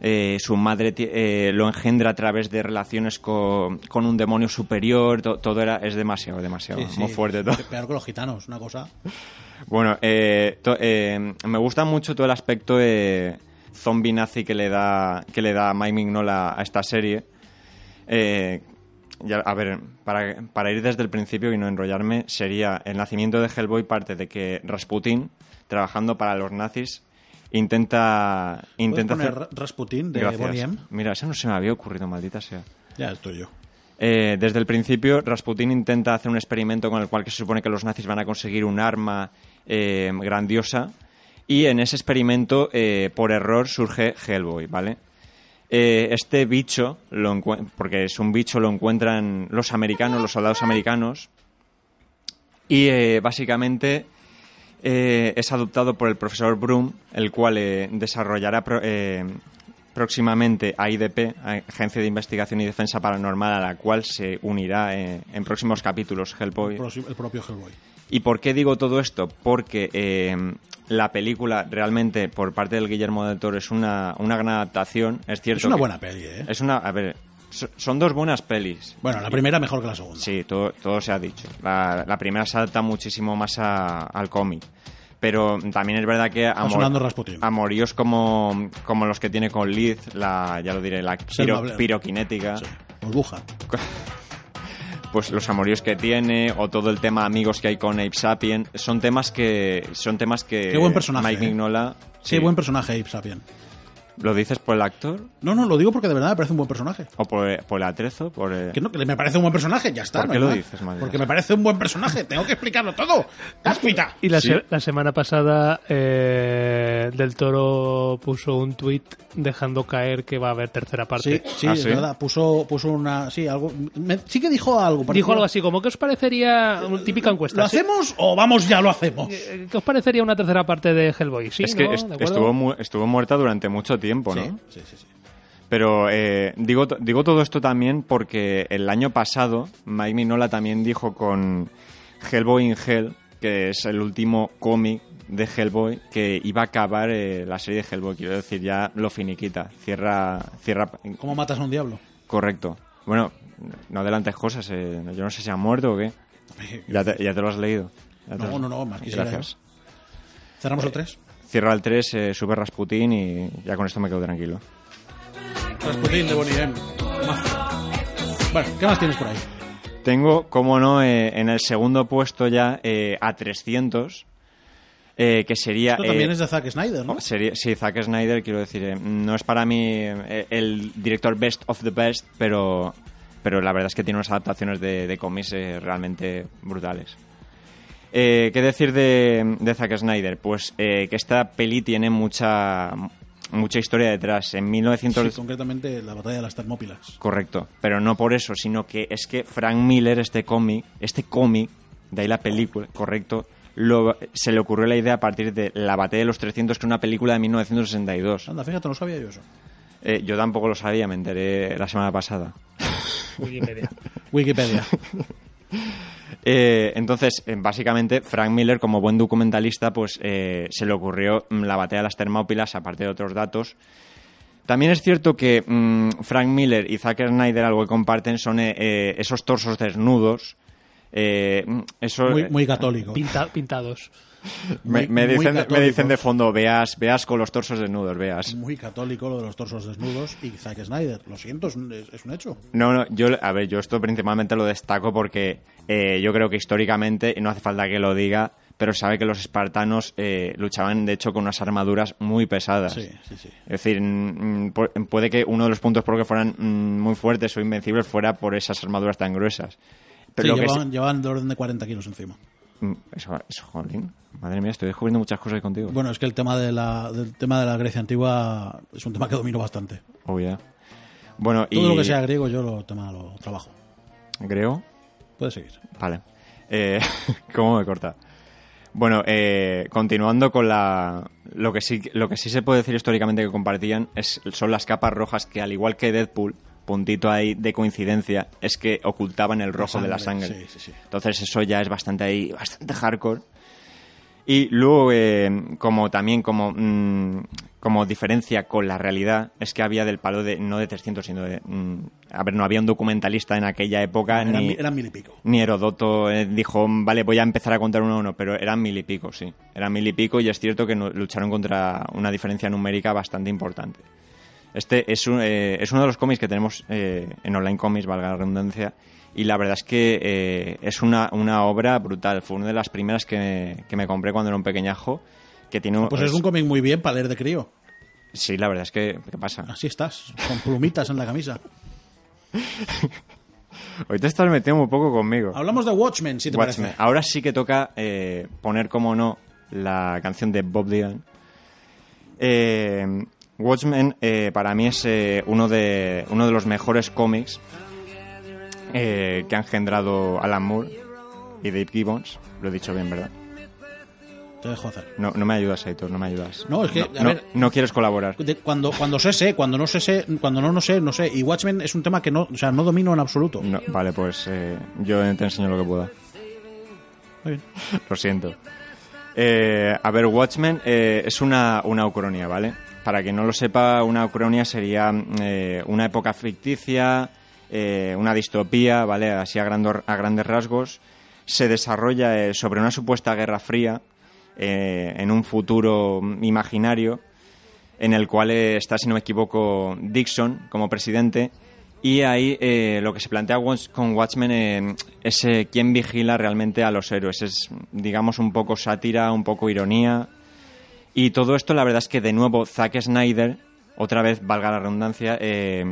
[SPEAKER 4] eh, su madre ti- eh, lo engendra a través de relaciones con, con un demonio superior, to- todo era, es demasiado, demasiado,
[SPEAKER 1] Sí, sí.
[SPEAKER 4] muy fuerte todo.
[SPEAKER 1] Peor que los gitanos, una cosa.
[SPEAKER 4] Bueno, eh, to- eh, me gusta mucho todo el aspecto eh, zombie nazi que le da que le da Mike Mignola a esta serie. Eh, ya- a ver, para, para ir desde el principio y no enrollarme, sería el nacimiento de Hellboy parte de que Rasputin, trabajando para los nazis, intenta
[SPEAKER 1] ¿Puedes
[SPEAKER 4] intenta
[SPEAKER 1] poner
[SPEAKER 4] hacer-
[SPEAKER 1] Ra- Rasputin de
[SPEAKER 4] Gracias.
[SPEAKER 1] Bonnie M?
[SPEAKER 4] Mira, eso no se me había ocurrido, maldita sea.
[SPEAKER 1] Ya, estoy yo.
[SPEAKER 4] Eh, desde el principio, Rasputin intenta hacer un experimento con el cual que se supone que los nazis van a conseguir un arma eh, grandiosa. Y en ese experimento, eh, por error, surge Hellboy, ¿vale? Eh, este bicho, lo encue- porque es un bicho, lo encuentran los americanos, los soldados americanos. Y eh, básicamente eh, es adoptado por el profesor Broom, el cual eh, desarrollará pro- eh, próximamente AIDP, Agencia de Investigación y Defensa Paranormal, a la cual se unirá eh, en próximos capítulos Hellboy.
[SPEAKER 1] Prosi- El propio Hellboy.
[SPEAKER 4] ¿Y por qué digo todo esto? Porque eh, la película realmente por parte del Guillermo del Toro es una, una gran adaptación. Es cierto
[SPEAKER 1] Es una
[SPEAKER 4] que-
[SPEAKER 1] buena peli, ¿eh?
[SPEAKER 4] es una, a ver, so- son dos buenas pelis.
[SPEAKER 1] Bueno, la primera mejor que la segunda.
[SPEAKER 4] Sí, todo, todo se ha dicho. La, la primera salta muchísimo más a- al cómic. Pero también es verdad que
[SPEAKER 1] sonando Rasputin.
[SPEAKER 4] amoríos como, como los que tiene con Liz, la, ya lo diré, la
[SPEAKER 1] Selma
[SPEAKER 4] piro-
[SPEAKER 1] Blair.
[SPEAKER 4] piroquinética,
[SPEAKER 1] Sí. Burbuja.
[SPEAKER 4] pues los amoríos que tiene, o todo el tema amigos que hay con Ape Sapien, son temas que. Son temas que
[SPEAKER 1] Qué buen personaje,
[SPEAKER 4] Mike
[SPEAKER 1] eh.
[SPEAKER 4] Mignola.
[SPEAKER 1] Sí, buen personaje, Abe Sapien.
[SPEAKER 4] ¿Lo dices por el actor?
[SPEAKER 1] No, no, lo digo porque de verdad me parece un buen personaje.
[SPEAKER 4] ¿O por, por el atrezo? Por, eh,
[SPEAKER 1] Que no, que me parece un buen personaje, ya está.
[SPEAKER 4] ¿Por
[SPEAKER 1] no
[SPEAKER 4] qué
[SPEAKER 1] hay
[SPEAKER 4] lo
[SPEAKER 1] más.
[SPEAKER 4] dices, Matías?
[SPEAKER 1] Porque me parece un buen personaje, tengo que explicarlo todo. ¡Cáspita!
[SPEAKER 3] Y la,
[SPEAKER 4] Sí.
[SPEAKER 3] se- la semana pasada eh, Del Toro puso un tweet dejando caer que va a haber tercera
[SPEAKER 1] Sí,
[SPEAKER 3] parte.
[SPEAKER 1] sí,
[SPEAKER 4] Ah,
[SPEAKER 1] es
[SPEAKER 4] ¿sí?
[SPEAKER 1] verdad. Puso, puso una. Sí, algo. me- sí que dijo algo.
[SPEAKER 3] Dijo
[SPEAKER 1] parecido.
[SPEAKER 3] algo así como, ¿qué os parecería
[SPEAKER 4] eh,
[SPEAKER 3] una típica encuesta?
[SPEAKER 1] ¿Lo
[SPEAKER 3] ¿sí?
[SPEAKER 1] hacemos o vamos ya lo hacemos?
[SPEAKER 3] Eh, ¿Qué os parecería una tercera parte de Hellboy? Sí,
[SPEAKER 4] es que
[SPEAKER 3] ¿no?
[SPEAKER 4] est-
[SPEAKER 3] ¿De acuerdo?
[SPEAKER 4] estuvo, mu- estuvo muerta durante mucho tiempo, ¿no?
[SPEAKER 1] Sí, sí, sí.
[SPEAKER 4] Pero eh, digo, to- digo todo esto también porque el año pasado Mike Mignola también dijo con Hellboy in Hell, que es el último cómic de Hellboy, que iba a acabar eh, la serie de Hellboy. Quiero decir, ya lo finiquita, cierra... cierra
[SPEAKER 1] ¿Cómo matas a un diablo?
[SPEAKER 4] Correcto. Bueno, no adelantes cosas. eh, yo no sé si ha muerto o qué. Ya te, ya te lo has leído. Ya te
[SPEAKER 1] No,
[SPEAKER 4] lo-
[SPEAKER 1] no, no, más quisiera ¿eh?
[SPEAKER 4] Gracias.
[SPEAKER 1] Cerramos el 3.
[SPEAKER 4] Cierra el 3, sube Rasputin y ya con esto me quedo tranquilo.
[SPEAKER 1] Rasputin de Bonnie M. Mazo. Bueno, ¿qué más tienes por ahí?
[SPEAKER 4] Tengo, como no, eh, en el segundo puesto ya eh, a 300, eh, que sería...
[SPEAKER 1] Esto también
[SPEAKER 4] eh,
[SPEAKER 1] es de Zack Snyder, ¿no?
[SPEAKER 4] oh, sería- sí, Zack Snyder, quiero decir, eh, no es para mí eh, el director best of the best, pero, pero la verdad es que tiene unas adaptaciones de, de cómics eh, realmente brutales. Eh, ¿Qué decir de, de Zack Snyder? Pues eh, que esta peli tiene mucha, mucha historia detrás. En
[SPEAKER 1] Sí,
[SPEAKER 4] 1900...
[SPEAKER 1] concretamente la batalla de las Termópilas.
[SPEAKER 4] Correcto, pero no por eso, sino que es que Frank Miller, este cómic, este cómic, de ahí la película, correcto, lo- se le ocurrió la idea a partir de La Batalla de los 300, que es una película de 1962.
[SPEAKER 1] Anda, fíjate, no sabía yo eso.
[SPEAKER 4] Eh, yo tampoco lo sabía, me enteré la semana pasada.
[SPEAKER 3] Wikipedia.
[SPEAKER 1] Wikipedia.
[SPEAKER 4] Eh, entonces, eh, básicamente, Frank Miller, como buen documentalista, pues eh, se le ocurrió mm, la batalla de las Termópilas, aparte de otros datos. También es cierto que mm, Frank Miller y Zack Snyder algo que comparten son eh, eh, esos torsos desnudos. eh, mm, eso,
[SPEAKER 1] Muy, muy católico.
[SPEAKER 3] Pinta- pintados.
[SPEAKER 4] me, me
[SPEAKER 1] muy
[SPEAKER 4] dicen,
[SPEAKER 1] católico.
[SPEAKER 4] me dicen de fondo, veas, veas con los torsos desnudos, veas.
[SPEAKER 1] Muy católico lo de los torsos desnudos y Zack Snyder. Lo siento, es un, es- es un hecho.
[SPEAKER 4] No, no, yo, a ver, yo esto principalmente lo destaco porque eh, yo creo que históricamente, y no hace falta que lo diga, pero sabe que los espartanos eh, luchaban, de hecho, con unas armaduras muy pesadas.
[SPEAKER 1] Sí, sí, sí.
[SPEAKER 4] Es decir, mm, mm, pu- puede que uno de los puntos por los que fueran mm, muy fuertes o invencibles fuera por esas armaduras tan gruesas. Pero
[SPEAKER 1] Sí,
[SPEAKER 4] lo que
[SPEAKER 1] llevaban, llevaban del orden de 40 kilos encima.
[SPEAKER 4] se- mm, eso, eso, jolín. Madre mía, estoy descubriendo muchas cosas contigo.
[SPEAKER 1] Bueno, es que el tema de la, del tema de la Grecia antigua es un tema que domino bastante.
[SPEAKER 4] Oh, ya. Bueno, y
[SPEAKER 1] Todo lo que sea griego yo lo, tema, lo trabajo.
[SPEAKER 4] creo.
[SPEAKER 1] Puedes seguir.
[SPEAKER 4] Vale. Eh, ¿Cómo me corta? Bueno, eh, continuando con la. Lo que, sí, lo que sí se puede decir históricamente que compartían es, son las capas rojas que, al igual que Deadpool, puntito ahí de coincidencia, es que ocultaban el rojo de la
[SPEAKER 1] sangre,
[SPEAKER 4] sangre.
[SPEAKER 1] sí, sí, sí.
[SPEAKER 4] Entonces, eso ya es bastante ahí, bastante hardcore. Y luego, eh, como también como, mm, como diferencia con la realidad, es que había del palo de, no de 300, sino de... mm, a ver, no había un documentalista en aquella época.
[SPEAKER 1] Eran,
[SPEAKER 4] ni,
[SPEAKER 1] mi- eran mil y pico.
[SPEAKER 4] ni Herodoto eh, dijo, vale, voy a empezar a contar uno a uno, pero eran mil y pico, sí. Eran mil y pico y es cierto que no- lucharon contra una diferencia numérica bastante importante. Este es, un- eh, es uno de los cómics que tenemos eh, en Online Comics, valga la redundancia, y la verdad es que eh, es una, una obra brutal. Fue una de las primeras que, que me compré cuando era un pequeñajo, que tiene un...
[SPEAKER 1] Pues es un cómic muy bien para leer de crío.
[SPEAKER 4] Sí, la verdad es que... ¿Qué pasa?
[SPEAKER 1] Así estás, con plumitas en la camisa.
[SPEAKER 4] Hoy te estás metiendo un poco conmigo.
[SPEAKER 1] Hablamos de Watchmen, si te
[SPEAKER 4] Watchmen.
[SPEAKER 1] parece.
[SPEAKER 4] Ahora sí que toca eh, poner, como no, la canción de Bob Dylan. Eh, Watchmen eh, para mí es eh, uno, de, uno de los mejores cómics eh, que ha engendrado Alan Moore y Dave Gibbons. Lo he dicho bien, ¿verdad?
[SPEAKER 1] Te dejo hacer.
[SPEAKER 4] No, no me ayudas, Aitor, no me ayudas.
[SPEAKER 1] No, es que, a ver-
[SPEAKER 4] no quieres colaborar.
[SPEAKER 1] De- cuando, cuando sé, sé, cuando no sé, sé, cuando no, no sé, no sé. Y Watchmen es un tema que no, o sea, no domino en absoluto.
[SPEAKER 4] No, vale, pues eh, yo te enseño lo que pueda.
[SPEAKER 1] Muy bien.
[SPEAKER 4] Lo siento. Eh, a ver, Watchmen eh, es una, una ucronia, ¿vale? Para quien no lo sepa, una ucronia sería mm, eh, una época ficticia eh, una distopía, ¿vale? Así a, grando- a grandes rasgos. Se desarrolla eh, sobre una supuesta guerra fría eh, en un futuro imaginario en el cual eh, está, si no me equivoco, Dixon como presidente. Y ahí eh, lo que se plantea Watch- con Watchmen eh, es eh, quién vigila realmente a los héroes. Es, digamos, un poco sátira, un poco ironía. Y todo esto, la verdad es que de nuevo Zack Snyder, otra vez, valga la redundancia, eh,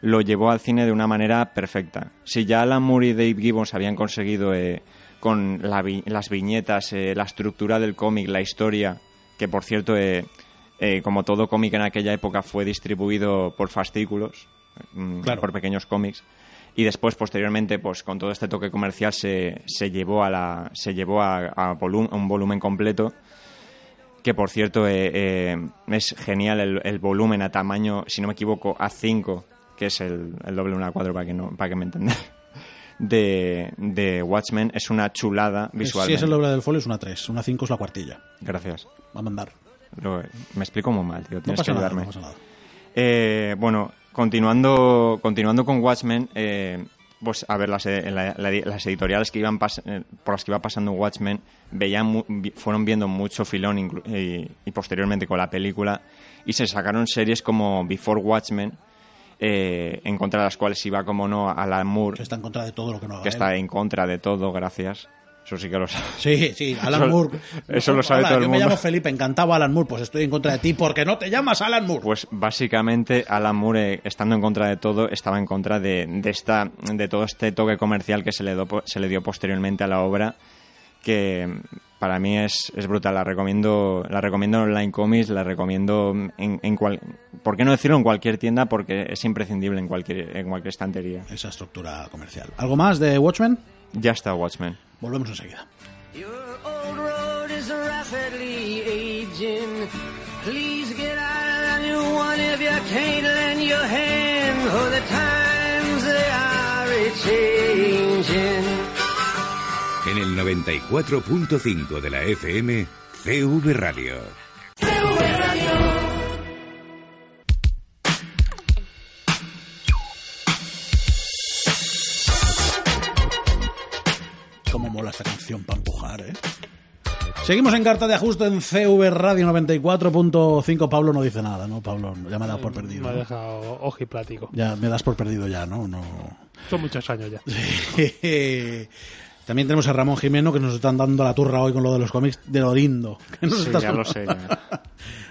[SPEAKER 4] lo llevó al cine de una manera perfecta. Si ya Alan Moore y Dave Gibbons habían conseguido eh, con la vi- las viñetas, eh, la estructura del cómic, la historia, que por cierto, eh, eh, como todo cómic en aquella época fue distribuido por fascículos, mm,
[SPEAKER 1] Claro.
[SPEAKER 4] por pequeños cómics, y después posteriormente pues con todo este toque comercial se, se llevó a la se llevó a, a volum- a un volumen completo que por cierto eh, eh, es genial el, el volumen a tamaño, si no me equivoco, A5, que es el, el doble 1 a 4 para que, no, para que me entendáis, de, de Watchmen. Es una chulada
[SPEAKER 1] Si
[SPEAKER 4] visualmente.
[SPEAKER 1] es el doble del folio es una 3, una 5 es la cuartilla.
[SPEAKER 4] Gracias.
[SPEAKER 1] Va a mandar.
[SPEAKER 4] Lo- me explico muy mal, tío.
[SPEAKER 1] No
[SPEAKER 4] Tienes
[SPEAKER 1] pasa
[SPEAKER 4] que
[SPEAKER 1] nada,
[SPEAKER 4] ayudarme.
[SPEAKER 1] no pasa nada.
[SPEAKER 4] Eh, bueno, continuando, continuando con Watchmen, eh, pues a ver, las, eh, la- la- las editoriales que iban pas- eh, por las que iba pasando Watchmen veían mu- vi- fueron viendo mucho filón inclu- y, y posteriormente con la película y se sacaron series como Before Watchmen, eh, en contra de las cuales iba, como no, Alan
[SPEAKER 1] Que
[SPEAKER 4] Moore,
[SPEAKER 1] está en contra de todo lo que no haga.
[SPEAKER 4] que
[SPEAKER 1] él.
[SPEAKER 4] está en contra de todo, gracias. Eso sí que lo sabes.
[SPEAKER 1] Sí, sí, Alan
[SPEAKER 4] Eso-
[SPEAKER 1] Moore.
[SPEAKER 4] eso lo sabe
[SPEAKER 1] Hola,
[SPEAKER 4] todo el
[SPEAKER 1] yo me
[SPEAKER 4] mundo.
[SPEAKER 1] llamo Felipe, encantado Alan Moore, pues estoy en contra de ti porque no te llamas Alan Moore.
[SPEAKER 4] Pues básicamente Alan Moore, eh, estando en contra de todo, estaba en contra de, de esta, de todo este toque comercial que se le, do- se le dio posteriormente a la obra, que mm, para mí es, es brutal. La recomiendo, la recomiendo en online comics, la recomiendo en, en cual, ¿por qué no decirlo? En cualquier tienda, porque es imprescindible en cualquier, en cualquier estantería.
[SPEAKER 1] Esa estructura comercial. ¿Algo más de Watchmen?
[SPEAKER 4] Ya está Watchmen.
[SPEAKER 1] Volvemos enseguida.
[SPEAKER 5] Your old road is rapidly aging. Please get out of your one if you can't lend your hand. For the times they are a-changing.
[SPEAKER 6] En el 94.5 de la FM, CV Radio.
[SPEAKER 1] Cómo mola esta canción para empujar, ¿eh? Seguimos en carta de ajuste en CV Radio 94.5. Pablo no dice nada, ¿no? Pablo, ya me das por perdido.
[SPEAKER 3] Me ha
[SPEAKER 1] ¿no?
[SPEAKER 3] dejado ojiplático.
[SPEAKER 1] Ya me das por perdido ya, ¿no? No.
[SPEAKER 3] Son muchos años ya.
[SPEAKER 1] También tenemos a Ramón Jimeno que nos están dando la turra hoy con lo de los cómics de lo lindo. Que nos
[SPEAKER 4] Sí,
[SPEAKER 1] estás
[SPEAKER 4] ya lo sé.
[SPEAKER 1] turrando.
[SPEAKER 4] ya.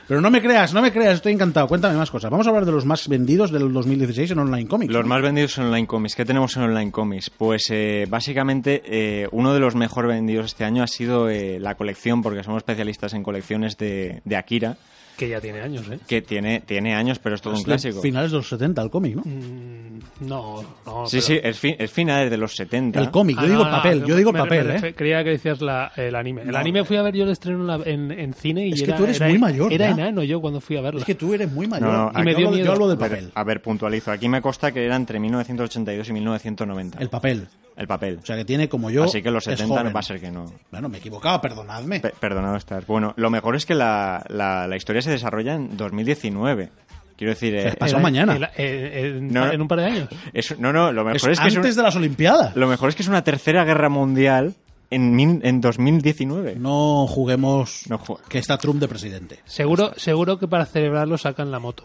[SPEAKER 1] Pero no me creas, no me creas, estoy encantado. Cuéntame más cosas. Vamos a hablar de los más vendidos del 2016 en Online Comics.
[SPEAKER 4] Los más vendidos en Online Comics. ¿Qué tenemos en Online Comics? Pues eh, básicamente eh, uno de los mejor vendidos este año ha sido eh, la colección, porque somos especialistas en colecciones de, de Akira,
[SPEAKER 3] Que ya tiene años, ¿eh?
[SPEAKER 4] que tiene, tiene años, pero es todo un
[SPEAKER 1] Es de
[SPEAKER 4] clásico.
[SPEAKER 1] Finales de los 70, el cómic, ¿no?
[SPEAKER 3] Mm, No, no.
[SPEAKER 4] Sí,
[SPEAKER 3] pero-
[SPEAKER 4] sí, es, fin, es finales de los 70.
[SPEAKER 1] El cómic, yo
[SPEAKER 3] Ah,
[SPEAKER 1] digo
[SPEAKER 3] no, no,
[SPEAKER 1] papel, yo
[SPEAKER 3] me-
[SPEAKER 1] digo
[SPEAKER 3] me-
[SPEAKER 1] papel,
[SPEAKER 3] me
[SPEAKER 1] ¿eh?
[SPEAKER 3] refe- Creía que decías la- el anime. El
[SPEAKER 1] No,
[SPEAKER 3] anime
[SPEAKER 1] no.
[SPEAKER 3] fui a ver yo el estreno en, la- en- en cine y
[SPEAKER 1] Es que
[SPEAKER 3] era,
[SPEAKER 1] tú eres
[SPEAKER 3] era-
[SPEAKER 1] muy mayor,
[SPEAKER 3] Era
[SPEAKER 1] ya.
[SPEAKER 3] enano yo cuando fui a verla.
[SPEAKER 1] Es que tú eres muy mayor.
[SPEAKER 4] No, no,
[SPEAKER 1] Y
[SPEAKER 4] aquí-
[SPEAKER 3] Me
[SPEAKER 1] yo,
[SPEAKER 3] dio
[SPEAKER 1] hablo, de- yo
[SPEAKER 3] miedo.
[SPEAKER 1] hablo del
[SPEAKER 4] Pero,
[SPEAKER 1] papel.
[SPEAKER 4] A ver, puntualizo. Aquí me consta que era entre 1982 y 1990.
[SPEAKER 1] El papel.
[SPEAKER 4] El papel.
[SPEAKER 1] O sea, que tiene como yo.
[SPEAKER 4] Así que los
[SPEAKER 1] es
[SPEAKER 4] 70 no
[SPEAKER 1] joven.
[SPEAKER 4] va a ser que no.
[SPEAKER 1] Bueno, me he equivocado, perdonadme.
[SPEAKER 4] Pe- Perdonado estás. Bueno, lo mejor es que la, la- la historia se desarrolla en 2019. Quiero decir, eh,
[SPEAKER 1] pasó pasado mañana.
[SPEAKER 3] era- eh, en,
[SPEAKER 4] No, no.
[SPEAKER 3] en un par de años.
[SPEAKER 4] es- no, no, lo
[SPEAKER 1] Es
[SPEAKER 4] mejor es, que
[SPEAKER 1] antes
[SPEAKER 4] es un-
[SPEAKER 1] de las Olimpiadas.
[SPEAKER 4] Lo mejor es que es una tercera guerra mundial en, mil- en 2019.
[SPEAKER 1] No juguemos
[SPEAKER 4] No juega.
[SPEAKER 1] que está Trump de presidente.
[SPEAKER 3] Seguro, seguro que para celebrarlo sacan la moto.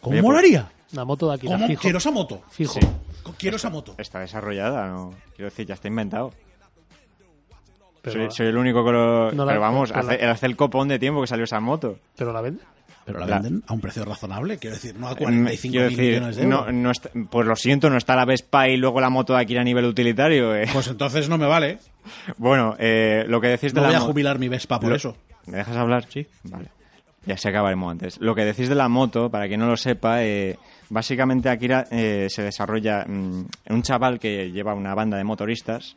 [SPEAKER 1] ¿Cómo
[SPEAKER 4] Oye, pues,
[SPEAKER 1] molaría?
[SPEAKER 3] La moto de aquí.
[SPEAKER 1] ¿Cómo?
[SPEAKER 3] fijo.
[SPEAKER 1] Quiero esa moto.
[SPEAKER 3] Fijo.
[SPEAKER 4] Sí.
[SPEAKER 1] Quiero esa moto.
[SPEAKER 4] Está desarrollada, ¿no? Quiero decir, ya está inventado.
[SPEAKER 3] Pero,
[SPEAKER 4] soy,
[SPEAKER 3] la-
[SPEAKER 4] soy el único que lo...
[SPEAKER 3] No la-
[SPEAKER 4] pero vamos,
[SPEAKER 3] pero la-
[SPEAKER 4] hace, hace el copón de tiempo que salió esa moto.
[SPEAKER 3] pero la vende.
[SPEAKER 1] Pero la
[SPEAKER 4] La-
[SPEAKER 1] venden a un precio razonable, quiero decir, no a
[SPEAKER 4] Mm,
[SPEAKER 1] 45
[SPEAKER 4] Quiero
[SPEAKER 1] mil
[SPEAKER 4] decir,
[SPEAKER 1] millones de euros.
[SPEAKER 4] no, no está- pues lo siento, no está la Vespa y luego la moto de aquí a nivel utilitario. eh.
[SPEAKER 1] Pues entonces no me vale.
[SPEAKER 4] Bueno, eh, lo que decís de
[SPEAKER 1] No
[SPEAKER 4] la
[SPEAKER 1] voy a
[SPEAKER 4] mo-
[SPEAKER 1] jubilar mi Vespa por
[SPEAKER 4] Lo-
[SPEAKER 1] eso.
[SPEAKER 4] ¿Me dejas hablar? Sí. Vale. Ya se acabaremos antes. Lo que decís de la moto, para quien no lo sepa, eh, básicamente Akira eh, se desarrolla mm, en un chaval que lleva una banda de motoristas,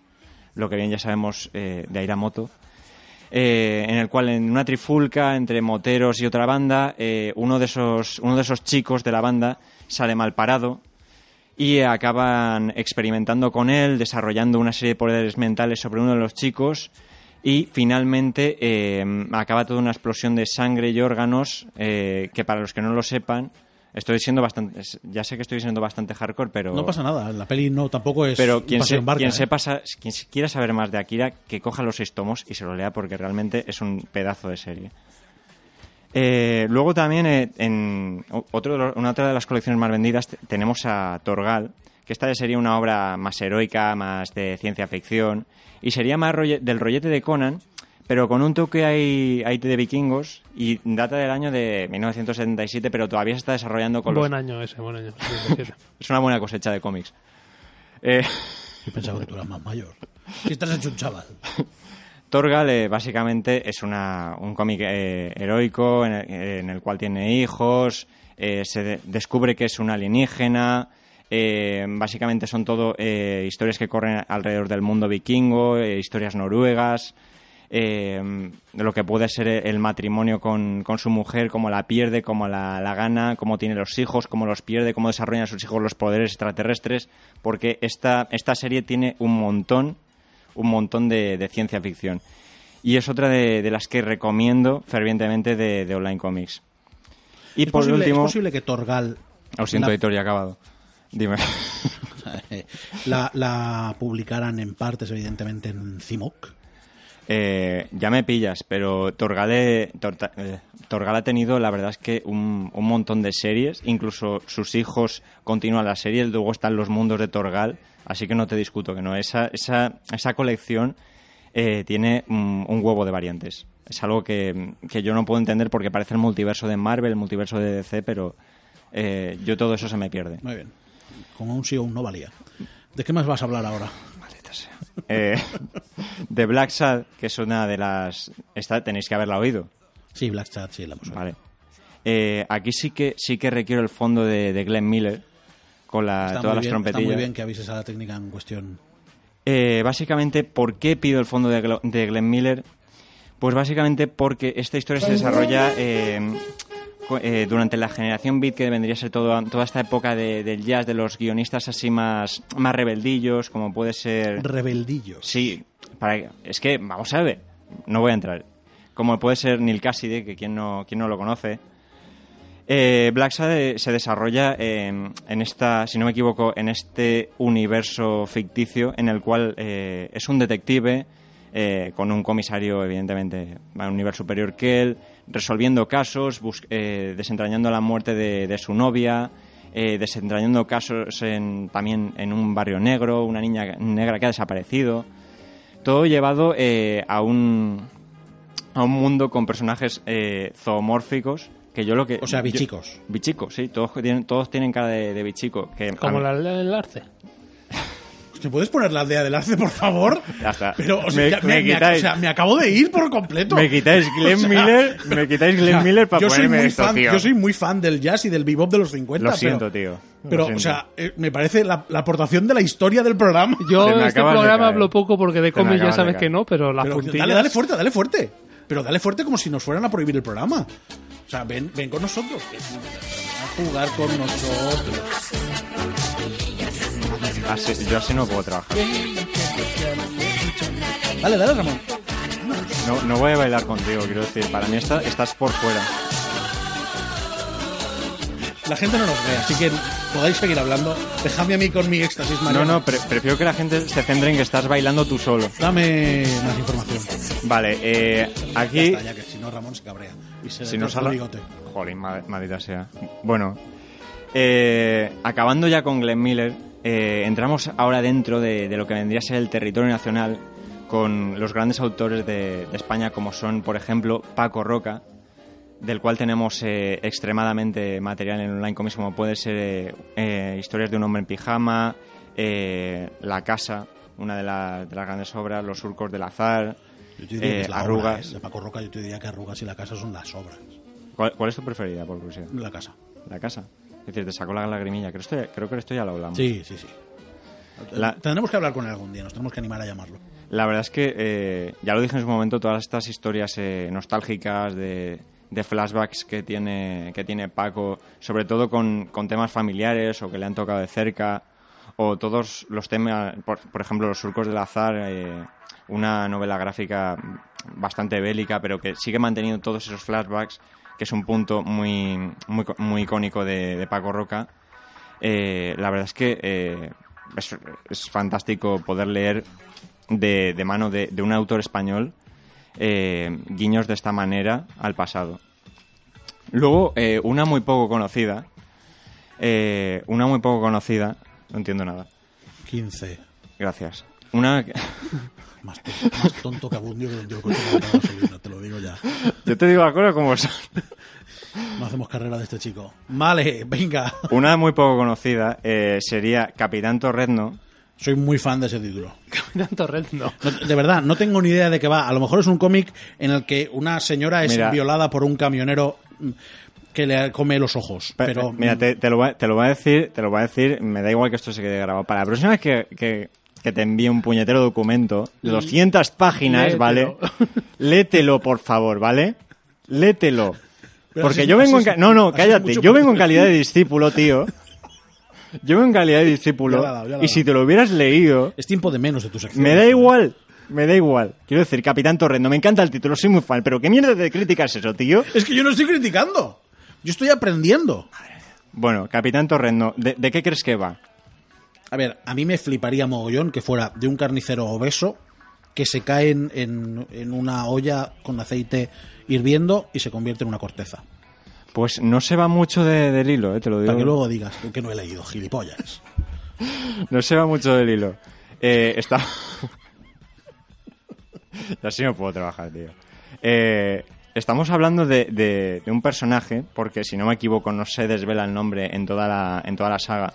[SPEAKER 4] lo que bien ya sabemos eh, de Aira Moto, eh, en el cual en una trifulca entre moteros y otra banda, eh, uno, de esos, uno de esos chicos de la banda sale mal parado y acaban experimentando con él, desarrollando una serie de poderes mentales sobre uno de los chicos y finalmente eh, acaba toda una explosión de sangre y órganos eh, que para los que no lo sepan Estoy siendo bastante. es- Ya sé que estoy siendo bastante hardcore, pero.
[SPEAKER 1] No pasa nada, la peli no tampoco es
[SPEAKER 4] Pero
[SPEAKER 1] un
[SPEAKER 4] quien,
[SPEAKER 1] paseo
[SPEAKER 4] se,
[SPEAKER 1] en barca,
[SPEAKER 4] quien
[SPEAKER 1] ¿eh?
[SPEAKER 4] sepa sa- quien se quiera saber más de Akira, que coja los seis tomos y se lo lea porque realmente es un pedazo de serie. Eh, luego también, eh, en o- otro, de lo- una otra de las colecciones más vendidas, te- tenemos a Torgal, que esta sería una obra más heroica, más de ciencia ficción, y sería más rolle- del rollete de Conan, pero con un toque ahí, ahí de vikingos, y data del año de 1977, pero todavía se está desarrollando con los-
[SPEAKER 3] Buen año ese, buen año. 77.
[SPEAKER 4] Es una buena cosecha de cómics. Eh,
[SPEAKER 1] Yo pensaba que tú eras más mayor. Si estás hecho un chaval.
[SPEAKER 4] Torgal eh, básicamente es una, un cómic eh, heroico en el, en el cual tiene hijos, eh, se de- descubre que es un alienígena, eh, básicamente son todo eh, historias que corren alrededor del mundo vikingo, eh, historias noruegas, eh, lo que puede ser el matrimonio con, con su mujer, cómo la pierde, cómo la, la gana, cómo tiene los hijos, cómo los pierde, cómo desarrollan sus hijos los poderes extraterrestres, porque esta, esta serie tiene un montón, un montón de, de ciencia ficción. Y es otra de, de las que recomiendo fervientemente de, de Online Comics. Y
[SPEAKER 1] ¿Es
[SPEAKER 4] por
[SPEAKER 1] posible,
[SPEAKER 4] último...
[SPEAKER 1] ¿Es posible que Torgal...
[SPEAKER 4] Os siento,
[SPEAKER 1] la-
[SPEAKER 4] editor, ya he acabado. Dime.
[SPEAKER 1] eh, La, la publicaran en partes, evidentemente, en Cimoc.
[SPEAKER 4] Eh, ya me pillas, pero Torgale, Torta- eh, Torgal ha tenido, la verdad es que, un, un montón de series. Incluso sus hijos continúan la serie. Luego están los mundos de Torgal. Así que no te discuto que no. Esa, esa, esa colección eh, tiene mm, un huevo de variantes. Es algo que, que yo no puedo entender porque parece el multiverso de Marvel, el multiverso de DC, pero eh, yo todo eso se me pierde.
[SPEAKER 1] Muy bien. Con un sí o un no valía. ¿De qué más vas a hablar ahora?
[SPEAKER 4] Eh, de Black Sad, que es una de las... Esta tenéis que haberla oído.
[SPEAKER 1] Sí, Black Chat, sí, la hemos oído.
[SPEAKER 4] Vale. Eh, aquí sí que sí que requiero el fondo de, de Glenn Miller con la-
[SPEAKER 1] Está muy
[SPEAKER 4] todas las
[SPEAKER 1] bien, Está
[SPEAKER 4] trompetillas.
[SPEAKER 1] muy bien que avises a la técnica en cuestión.
[SPEAKER 4] Eh, básicamente, ¿por qué pido el fondo de, Glo- de Glenn Miller? Pues básicamente porque esta historia se desarrolla eh, co- eh, durante la generación beat que vendría a ser todo- toda esta época de- del jazz, de los guionistas así más, más rebeldillos, como puede ser...
[SPEAKER 1] Rebeldillo.
[SPEAKER 4] Sí, para, es que, vamos a ver, no voy a entrar. Como puede ser Neil Cassidy, que quien no, quien no lo conoce. Eh, Black Sad eh, se desarrolla eh, en esta, si no me equivoco, en este universo ficticio en el cual eh, es un detective eh, con un comisario, evidentemente, a un nivel superior que él, resolviendo casos, bus- eh, desentrañando la muerte de, de su novia, eh, desentrañando casos en- también en un barrio negro, una niña negra que ha desaparecido. Todo llevado eh, a un a un mundo con personajes eh, zoomórficos que yo lo que
[SPEAKER 1] O sea,
[SPEAKER 4] yo-
[SPEAKER 1] bichicos.
[SPEAKER 4] bichicos sí todos tienen todos tienen cara de, de bichico que
[SPEAKER 3] Como
[SPEAKER 4] a-
[SPEAKER 3] la aldea del arce.
[SPEAKER 1] ¿Te puedes poner la aldea del arce, por favor?
[SPEAKER 4] Ya está.
[SPEAKER 1] Pero, o sea,
[SPEAKER 4] Me-
[SPEAKER 1] ya-
[SPEAKER 4] me
[SPEAKER 1] me, me-
[SPEAKER 4] quitáis.
[SPEAKER 1] o sea, me acabo de ir por completo.
[SPEAKER 4] me quitáis Glenn
[SPEAKER 1] O sea,
[SPEAKER 4] Miller me quitáis Glenn
[SPEAKER 1] o sea,
[SPEAKER 4] Miller para
[SPEAKER 1] yo soy
[SPEAKER 4] ponerme
[SPEAKER 1] muy
[SPEAKER 4] esto
[SPEAKER 1] fan,
[SPEAKER 4] tío
[SPEAKER 1] Yo soy muy fan del jazz y del bebop de los 50.
[SPEAKER 4] lo
[SPEAKER 1] pero-
[SPEAKER 4] siento tío Lo
[SPEAKER 1] Pero, o
[SPEAKER 4] siento.
[SPEAKER 1] sea, eh, me parece la, la aportación de la historia del programa.
[SPEAKER 3] Yo
[SPEAKER 4] Te me
[SPEAKER 3] en este
[SPEAKER 4] acabas de
[SPEAKER 3] programa
[SPEAKER 4] caer.
[SPEAKER 3] hablo poco porque de
[SPEAKER 4] Te me
[SPEAKER 3] cómics ya
[SPEAKER 4] acabas de
[SPEAKER 3] sabes
[SPEAKER 4] caer.
[SPEAKER 3] que no, pero las
[SPEAKER 1] Pero
[SPEAKER 3] puntillas...
[SPEAKER 1] dale, dale fuerte, dale fuerte. Pero dale fuerte como si nos fueran a prohibir el programa. O sea, ven, ven con nosotros. A jugar con nosotros.
[SPEAKER 4] Así- yo así no puedo trabajar
[SPEAKER 1] Dale, dale, Ramón.
[SPEAKER 4] no, no voy a bailar contigo quiero decir para mí esta- estás por fuera
[SPEAKER 1] La gente no nos ve, así que podáis seguir hablando. Dejadme a mí con mi éxtasis, Mario.
[SPEAKER 4] no no pre- prefiero que la gente se centre en que estás bailando tú solo
[SPEAKER 1] Dame más información.
[SPEAKER 4] vale eh,
[SPEAKER 1] Ya
[SPEAKER 4] aquí
[SPEAKER 1] está, ya que si no, Ramón se cabrea. Y se
[SPEAKER 4] Si
[SPEAKER 1] le
[SPEAKER 4] no
[SPEAKER 1] tuerce
[SPEAKER 4] sale.
[SPEAKER 1] el bigote.
[SPEAKER 4] Jolín, mal- maldita sea. Bueno, eh, acabando ya con Glenn Miller, eh, entramos ahora dentro de, de lo que vendría a ser el territorio nacional con los grandes autores de, de España, como son, por ejemplo, Paco Roca, del cual tenemos eh, extremadamente material en Online Comics, como puede ser eh, eh, Historias de un hombre en pijama, eh, La Casa, una de, la- de las grandes obras, Los surcos del azar,
[SPEAKER 1] Yo te diría que
[SPEAKER 4] eh,
[SPEAKER 1] es la obra,
[SPEAKER 4] Arrugas.
[SPEAKER 1] ¿eh? De Paco Roca, yo te diría que arrugas y la casa son las obras.
[SPEAKER 4] ¿Cuál, cuál es tu preferida, por curiosidad?
[SPEAKER 1] La casa.
[SPEAKER 4] la casa. Es decir, te sacó la lagrimilla. Creo, esto ya- creo que esto ya lo hablamos.
[SPEAKER 1] Sí, sí, sí.
[SPEAKER 4] La-
[SPEAKER 1] Tendremos que hablar con él algún día, nos tenemos que animar a llamarlo.
[SPEAKER 4] La verdad es que, eh, ya lo dije en su momento, todas estas historias eh, nostálgicas de, de flashbacks que tiene, que tiene Paco, sobre todo con, con temas familiares o que le han tocado de cerca, o todos los temas, por, por ejemplo, Los Surcos del Azar, eh, una novela gráfica bastante bélica, pero que sigue manteniendo todos esos flashbacks que es un punto muy, muy, co- muy icónico de, de Paco Roca. Eh, la verdad es que eh, es, es fantástico poder leer de, de mano de, de un autor español eh, guiños de esta manera al pasado. Luego, eh, una muy poco conocida. eh, una muy poco conocida. No entiendo nada.
[SPEAKER 1] 15.
[SPEAKER 4] Gracias. Una.
[SPEAKER 1] Más tonto, más tonto que abundio que un tío que toma la gasolina, te lo digo ya.
[SPEAKER 4] Yo te digo la cosa como son.
[SPEAKER 1] No hacemos carrera de este chico. Vale, venga.
[SPEAKER 4] Una muy poco conocida eh, sería Capitán Torrezno.
[SPEAKER 1] Soy muy fan de ese título.
[SPEAKER 3] Tanto red no.
[SPEAKER 1] No, de verdad, no tengo ni idea de qué va. A lo mejor es un cómic en el que una señora es
[SPEAKER 4] Mira.
[SPEAKER 1] violada por un camionero mm, que le come los ojos.
[SPEAKER 4] Pe-
[SPEAKER 1] Pero
[SPEAKER 4] Mira,
[SPEAKER 1] mm,
[SPEAKER 4] te, te lo va, te lo va a decir, te lo va a decir, me da igual que esto se quede grabado. Para la próxima vez que, que- que te envíe un puñetero documento
[SPEAKER 1] Mm.
[SPEAKER 4] de 200 páginas,
[SPEAKER 3] Léetelo.
[SPEAKER 4] ¿vale? Léetelo, por favor, ¿vale? Léetelo.
[SPEAKER 1] Pero
[SPEAKER 4] Porque
[SPEAKER 1] así-
[SPEAKER 4] yo vengo en...
[SPEAKER 1] así
[SPEAKER 4] ca-
[SPEAKER 1] es-
[SPEAKER 4] No, no,
[SPEAKER 1] así es
[SPEAKER 4] cállate.
[SPEAKER 1] mucho
[SPEAKER 4] Yo
[SPEAKER 1] peor.
[SPEAKER 4] vengo en calidad de discípulo, tío. Yo vengo en calidad de discípulo.
[SPEAKER 1] Ya la ha dado, ya la ha
[SPEAKER 4] Y si
[SPEAKER 1] dado.
[SPEAKER 4] te lo hubieras leído...
[SPEAKER 1] es tiempo de menos de tus acciones.
[SPEAKER 4] Me da igual. Me da igual. Quiero decir, Capitán Torrendo, me encanta el título, soy muy fan, pero ¿qué mierda de crítica es eso, tío?
[SPEAKER 1] Es que yo no estoy criticando. Yo estoy aprendiendo.
[SPEAKER 4] Bueno, Capitán Torrendo, ¿de, de qué crees que va?
[SPEAKER 1] A ver, a mí me fliparía mogollón que fuera de un carnicero obeso que se cae en, en- en una olla con aceite hirviendo y se convierte en una corteza.
[SPEAKER 4] Pues no se va mucho de- del hilo, eh, te lo digo.
[SPEAKER 1] Para que luego digas que no he leído, gilipollas.
[SPEAKER 4] No se va mucho del hilo. Eh, está... Ya así no puedo trabajar, tío. Eh, estamos hablando de, de- de un personaje, porque si no me equivoco no se desvela el nombre en toda la, en toda la saga,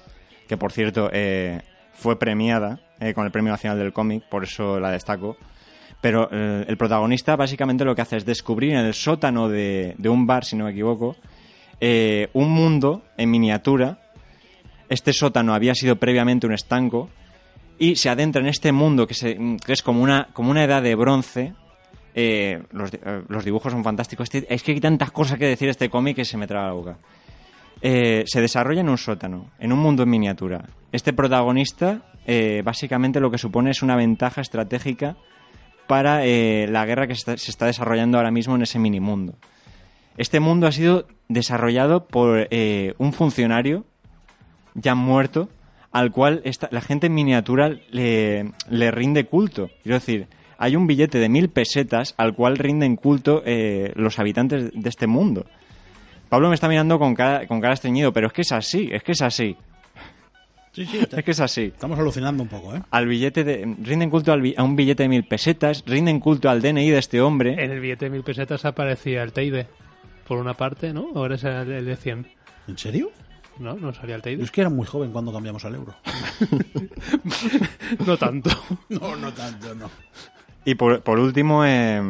[SPEAKER 4] que por cierto eh, fue premiada eh, con el Premio Nacional del Cómic, por eso la destaco. Pero eh, el protagonista básicamente lo que hace es descubrir en el sótano de, de un bar, si no me equivoco, eh, un mundo en miniatura. Este sótano había sido previamente un estanco y se adentra en este mundo que, se- que es como una, como una edad de bronce. Eh, los, di- eh, los dibujos son fantásticos. Este- es que hay tantas cosas que decir este cómic que se me traba la boca. Eh, se desarrolla en un sótano, en un mundo en miniatura. Este protagonista eh, básicamente lo que supone es una ventaja estratégica para eh, la guerra que se está, se está desarrollando ahora mismo en ese minimundo. Este mundo ha sido desarrollado por eh, un funcionario ya muerto, al cual esta- la gente en miniatura le, le rinde culto. Quiero decir, hay un billete de mil pesetas al cual rinden culto eh, los habitantes de este mundo. Pablo me está mirando con cara, con cara estreñido, pero es que es así, es que es así,
[SPEAKER 1] Sí, sí,
[SPEAKER 4] es que es así
[SPEAKER 1] estamos alucinando un poco, ¿eh?
[SPEAKER 4] al billete de, rinden culto al bi- a un billete de mil pesetas, rinden culto al DNI de este hombre.
[SPEAKER 3] En el billete de mil pesetas aparecía el Teide. Por una parte, ¿no? Ahora es el el de 100.
[SPEAKER 1] ¿En serio?
[SPEAKER 3] No, no salía el
[SPEAKER 1] Yo
[SPEAKER 3] Teide.
[SPEAKER 1] es que era muy joven cuando cambiamos al euro.
[SPEAKER 3] No tanto.
[SPEAKER 1] No, no tanto, no.
[SPEAKER 4] Y por, por último, eh,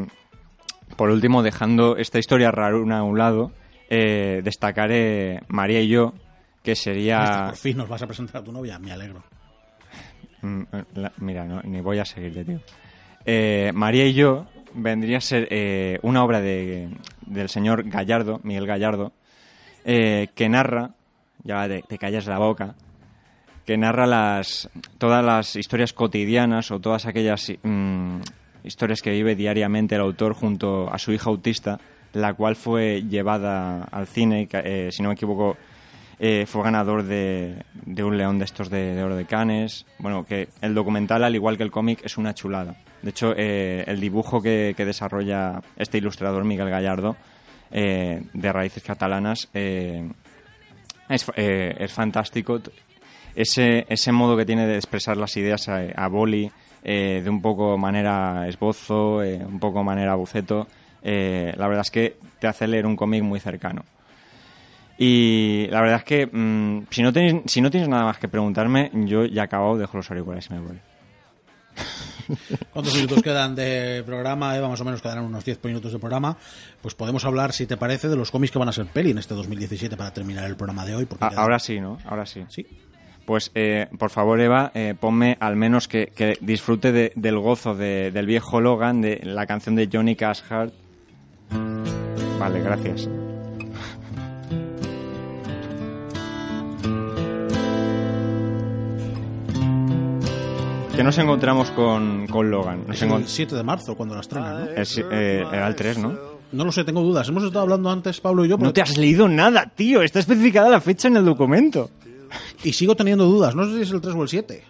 [SPEAKER 4] por último, dejando esta historia raruna a un lado, eh, destacaré María y yo, que sería...
[SPEAKER 1] Por fin nos vas a presentar a tu novia, me alegro.
[SPEAKER 4] Mm, la- mira, no, ni voy a seguirte, tío. Eh, María y yo vendría a ser eh, una obra de, del señor Gallardo, Miguel Gallardo, eh, que narra, ya te, te callas la boca, que narra las, todas las historias cotidianas o todas aquellas mm, historias que vive diariamente el autor junto a su hija autista, la cual fue llevada al cine, y ca- eh, si no me equivoco, eh, fue ganador de, de un león de estos de, de oro de Canes. Bueno, que el documental, al igual que el cómic, es una chulada. De hecho, eh, el dibujo que, que desarrolla este ilustrador, Miguel Gallardo, eh, de raíces catalanas, eh, es, fa- eh, es fantástico. T- Ese, ese modo que tiene de expresar las ideas a, a boli, eh, de un poco manera esbozo, eh, un poco manera buceto, eh, la verdad es que te hace leer un cómic muy cercano. Y la verdad es que mm, si, no tenéis, si no tienes nada más que preguntarme, yo ya acabo, dejo los auriculares y me voy.
[SPEAKER 1] ¿Cuántos minutos quedan de programa? Eva? más o menos quedarán unos 10 minutos de programa. Pues podemos hablar, si te parece, de los cómics que van a ser peli en este 2017 para terminar el programa de hoy. Porque
[SPEAKER 4] A-
[SPEAKER 1] queda-
[SPEAKER 4] Ah, ahora sí, ¿no? Ahora sí.
[SPEAKER 1] Sí.
[SPEAKER 4] Pues eh, por favor, Eva, eh, ponme al menos que, que disfrute de- del gozo de- del viejo Logan, de la canción de Johnny Cash Hart. Vale, gracias. Que nos encontramos con, con Logan. Nos
[SPEAKER 1] Es el
[SPEAKER 4] encon-
[SPEAKER 1] 7 de marzo cuando la estrenan, ¿no?
[SPEAKER 4] el si- Ah, eh, era el 3, ¿no?
[SPEAKER 1] No lo sé, tengo dudas. Hemos estado hablando antes, Pablo y yo,
[SPEAKER 4] No
[SPEAKER 1] pero-
[SPEAKER 4] te has leído nada, tío. Está especificada la fecha en el documento.
[SPEAKER 1] y sigo teniendo dudas. No sé si es el 3 o el 7.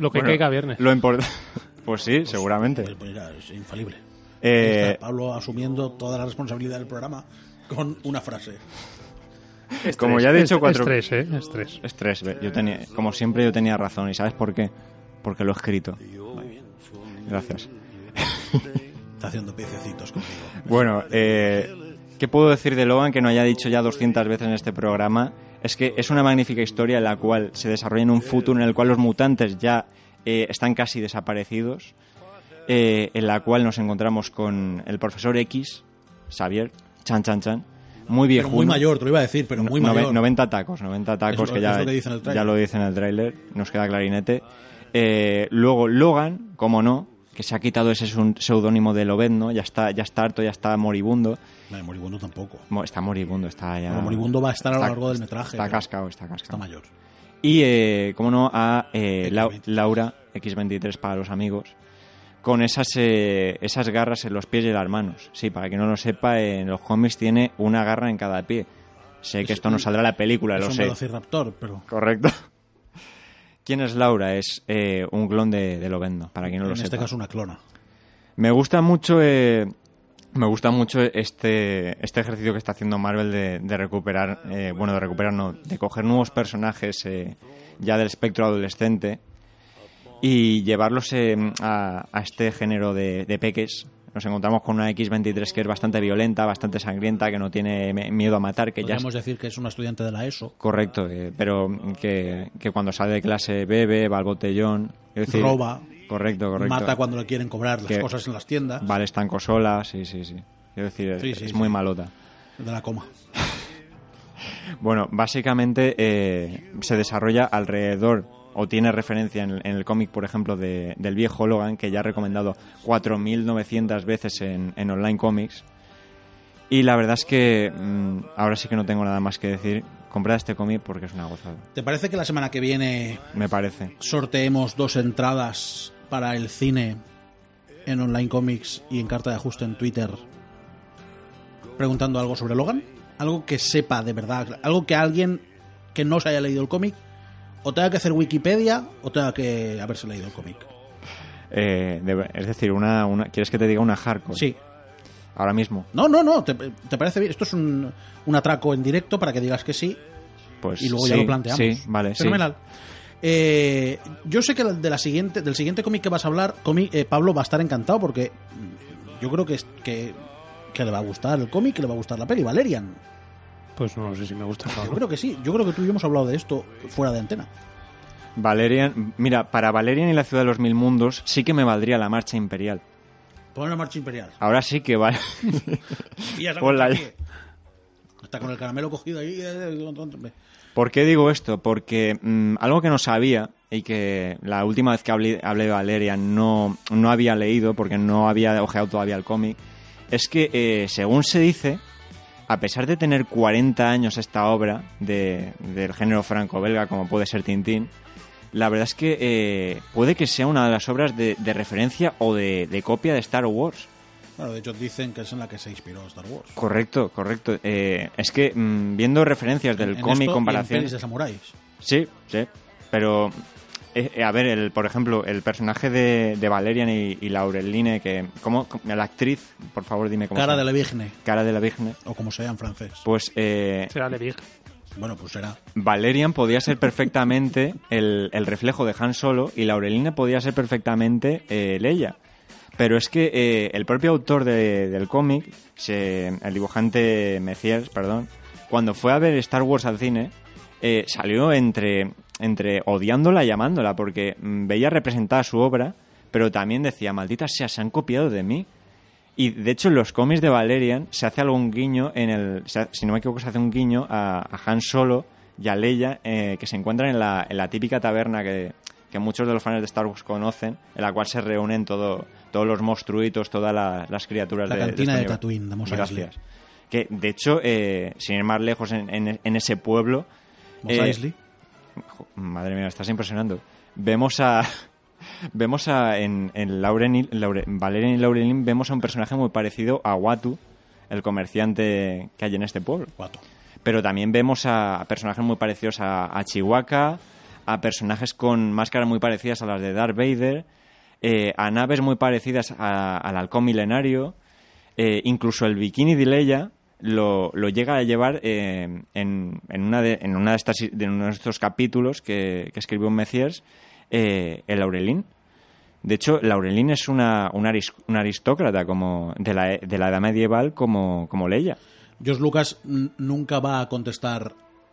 [SPEAKER 3] Lo que
[SPEAKER 4] Bueno,
[SPEAKER 3] caiga viernes.
[SPEAKER 4] Lo importante. Pues sí, seguramente.
[SPEAKER 1] Pues mira, es infalible.
[SPEAKER 4] Eh,
[SPEAKER 1] Está Pablo asumiendo toda la responsabilidad del programa con una frase.
[SPEAKER 4] como ya he dicho cuatro
[SPEAKER 3] Estrés, eh. Estrés.
[SPEAKER 4] Estrés, ve, yo tenía, como siempre yo tenía razón, ¿y sabes por qué? Porque lo he escrito. Vale. Gracias.
[SPEAKER 1] Está haciendo piececitos conmigo.
[SPEAKER 4] Bueno, eh, ¿qué puedo decir de Logan que no haya dicho ya 200 veces en este programa? Es que es una magnífica historia en la cual se desarrolla en un futuro en el cual los mutantes ya eh, están casi desaparecidos, eh, en la cual nos encontramos con el profesor X, Xavier, Chan Chan Chan, muy viejo.
[SPEAKER 1] Pero muy mayor, te lo iba a decir, pero muy
[SPEAKER 4] Nove-
[SPEAKER 1] mayor.
[SPEAKER 4] 90 tacos, 90 tacos,
[SPEAKER 1] Es lo-
[SPEAKER 4] que,
[SPEAKER 1] es
[SPEAKER 4] ya,
[SPEAKER 1] lo que dice en el tráiler.
[SPEAKER 4] ya lo dice en el tráiler, nos queda clarinete. Eh, luego Logan, como no, que se ha quitado ese sun- seudónimo de Lobezno, ya está, ya está harto, ya está moribundo.
[SPEAKER 1] No, el moribundo tampoco.
[SPEAKER 4] Mo- Está moribundo, está ya...
[SPEAKER 1] Pero el moribundo va a estar a lo
[SPEAKER 4] está-
[SPEAKER 1] largo del metraje.
[SPEAKER 4] Está
[SPEAKER 1] pero
[SPEAKER 4] cascado, está cascado.
[SPEAKER 1] Está mayor.
[SPEAKER 4] Y, eh, como no, a eh, Lau-
[SPEAKER 1] X23.
[SPEAKER 4] Laura, X23 para los amigos, con esas, eh, esas garras en los pies y las manos. Sí, para quien no lo sepa, eh, en los cómics tiene una garra en cada pie. Sé que
[SPEAKER 1] Es
[SPEAKER 4] esto no
[SPEAKER 1] un-
[SPEAKER 4] saldrá en la película,
[SPEAKER 1] es
[SPEAKER 4] lo
[SPEAKER 1] un
[SPEAKER 4] sé.
[SPEAKER 1] velociraptor, pero
[SPEAKER 4] Correcto. ¿Quién es Laura? Es eh, un clon de, de Lovendo, para quien no
[SPEAKER 1] en
[SPEAKER 4] lo
[SPEAKER 1] este
[SPEAKER 4] sepa.
[SPEAKER 1] caso una clona.
[SPEAKER 4] Me gusta mucho. eh, me gusta mucho este, este ejercicio que está haciendo Marvel de, de recuperar, eh, bueno, de recuperar no, de coger nuevos personajes eh, ya del espectro adolescente y llevarlos eh, a, a este género de, de peques. Nos encontramos con una X-23 que es bastante violenta, bastante sangrienta, que no tiene me- miedo a matar, que ya es-
[SPEAKER 1] Podríamos decir que es una estudiante de la ESO.
[SPEAKER 4] Correcto, eh, pero que, que cuando sale de clase bebe, va al botellón. es decir,
[SPEAKER 1] Roba.
[SPEAKER 4] Correcto, correcto.
[SPEAKER 1] Mata cuando le quieren cobrar las
[SPEAKER 4] Que-
[SPEAKER 1] cosas en las tiendas
[SPEAKER 4] Va al estanco sola, sí, sí, sí. Quiero decir, es,
[SPEAKER 1] Sí, sí,
[SPEAKER 4] es
[SPEAKER 1] sí.
[SPEAKER 4] muy malota.
[SPEAKER 1] de la coma.
[SPEAKER 4] Bueno, básicamente eh, se desarrolla alrededor, o tiene referencia en, en el cómic, por ejemplo, de- del viejo Logan, que ya ha recomendado 4.900 veces en, en Online Comics. Y la verdad es que mm, ahora sí que no tengo nada más que decir. Comprad este cómic porque es una gozada,
[SPEAKER 1] ¿Te parece que la semana que viene
[SPEAKER 4] me parece.
[SPEAKER 1] sorteemos dos entradas para el cine en Online Comics y en Carta de Ajuste en Twitter preguntando algo sobre Logan? Algo que sepa de verdad, algo que alguien que no se haya leído el cómic o tenga que hacer Wikipedia o tenga que haberse leído el cómic.
[SPEAKER 4] Eh, de- es decir, una, una- ¿quieres que te diga una hardcore?
[SPEAKER 1] Sí.
[SPEAKER 4] Ahora mismo.
[SPEAKER 1] No, no, no, ¿te, te parece bien? Esto es un, un atraco en directo para que digas que sí
[SPEAKER 4] Pues
[SPEAKER 1] y luego ya
[SPEAKER 4] sí,
[SPEAKER 1] lo planteamos.
[SPEAKER 4] Sí, vale, sí.
[SPEAKER 1] Fenomenal. Eh, yo sé que de la siguiente, del siguiente cómic que vas a hablar, cómic, eh, Pablo va a estar encantado porque mm, yo creo que, es- que, que le va a gustar el cómic, que le va a gustar la peli, Valerian.
[SPEAKER 3] Pues no, sé si me gusta.
[SPEAKER 1] Yo creo que sí, yo creo que tú y yo hemos hablado de esto fuera de antena.
[SPEAKER 4] Valerian, mira, para Valerian y la ciudad de los mil mundos sí que me valdría la marcha imperial.
[SPEAKER 1] Pon la marcha imperial.
[SPEAKER 4] Ahora sí que vale.
[SPEAKER 1] Y ya se ha
[SPEAKER 4] Ah, Ponla
[SPEAKER 1] puesto aquí. Está con el caramelo cogido ahí. eh,
[SPEAKER 4] ¿Por qué digo esto? Porque mm, algo que no sabía y que la última vez que hablé, hablé de Valerian no, no había leído porque no había ojeado todavía el cómic, es que eh, según se dice, a pesar de tener 40 años esta obra de- del género franco-belga como puede ser Tintín, la verdad es que eh, puede que sea una de las obras de, de referencia o de- de copia de Star Wars.
[SPEAKER 1] Bueno, de hecho dicen que es en la que se inspiró Star Wars.
[SPEAKER 4] Correcto, correcto. Eh, es que mm, viendo referencias del
[SPEAKER 1] En
[SPEAKER 4] cómic,
[SPEAKER 1] esto y En
[SPEAKER 4] comparaciones.
[SPEAKER 1] pelis de samuráis.
[SPEAKER 4] Sí, sí. Pero, eh, eh, a ver, el, por ejemplo, el personaje de, de Valerian y, y Laureline, que. ¿Cómo? La actriz, por favor, dime cómo.
[SPEAKER 1] Cara
[SPEAKER 4] se
[SPEAKER 1] de
[SPEAKER 4] llama.
[SPEAKER 1] la Vigne,
[SPEAKER 4] Cara de la Vigne.
[SPEAKER 1] o como sea en francés.
[SPEAKER 4] Pues eh,
[SPEAKER 3] Será de Big.
[SPEAKER 1] Bueno, pues será.
[SPEAKER 4] Valerian podía ser perfectamente el, el reflejo de Han Solo y Laureline podía ser perfectamente eh, Leia. Pero es que eh, el propio autor de- del cómic, se- el dibujante Messiers, perdón, cuando fue a ver Star Wars al cine, eh, salió entre, entre odiándola y amándola, porque mm, veía representada su obra, pero también decía, maldita sea, se han copiado de mí. Y de hecho, en los cómics de Valerian se hace algún guiño en el. se ha- Si no me equivoco, se hace un guiño a, a Han Solo y a Leia eh, que se encuentran en la, en la típica taberna que, que muchos de los fans de Star Wars conocen, en la cual se reúnen todo, todos los monstruitos, todas la- las criaturas
[SPEAKER 1] La
[SPEAKER 4] de.
[SPEAKER 1] cantina de
[SPEAKER 4] este universo.
[SPEAKER 1] Tatooine, de Mos Eisley.
[SPEAKER 4] Gracias. Que de hecho, eh, sin ir más lejos en, en- en ese pueblo.
[SPEAKER 1] Mos
[SPEAKER 4] eh,
[SPEAKER 1] Eisley.
[SPEAKER 4] Jo- Madre mía, estás impresionando. Vemos a. Vemos a. En, en Lauren y- Laure- Valerian y Laurelin vemos a un personaje muy parecido a Watu el comerciante que hay en este pueblo.
[SPEAKER 1] Guato.
[SPEAKER 4] Pero también vemos a personajes muy parecidos a, a Chihuahua, a personajes con máscaras muy parecidas a las de Darth Vader, eh, a naves muy parecidas a- al halcón milenario, eh, incluso el bikini de Leia lo, lo llega a llevar eh, en, en una de, en una de, estas, de uno de estos capítulos que, que escribió Messiers, eh, el Aurelín. De hecho, Laurelin es una, una, aris- una aristócrata como de, la, de la edad medieval como, como Leia.
[SPEAKER 1] George Lucas n- nunca va a contestar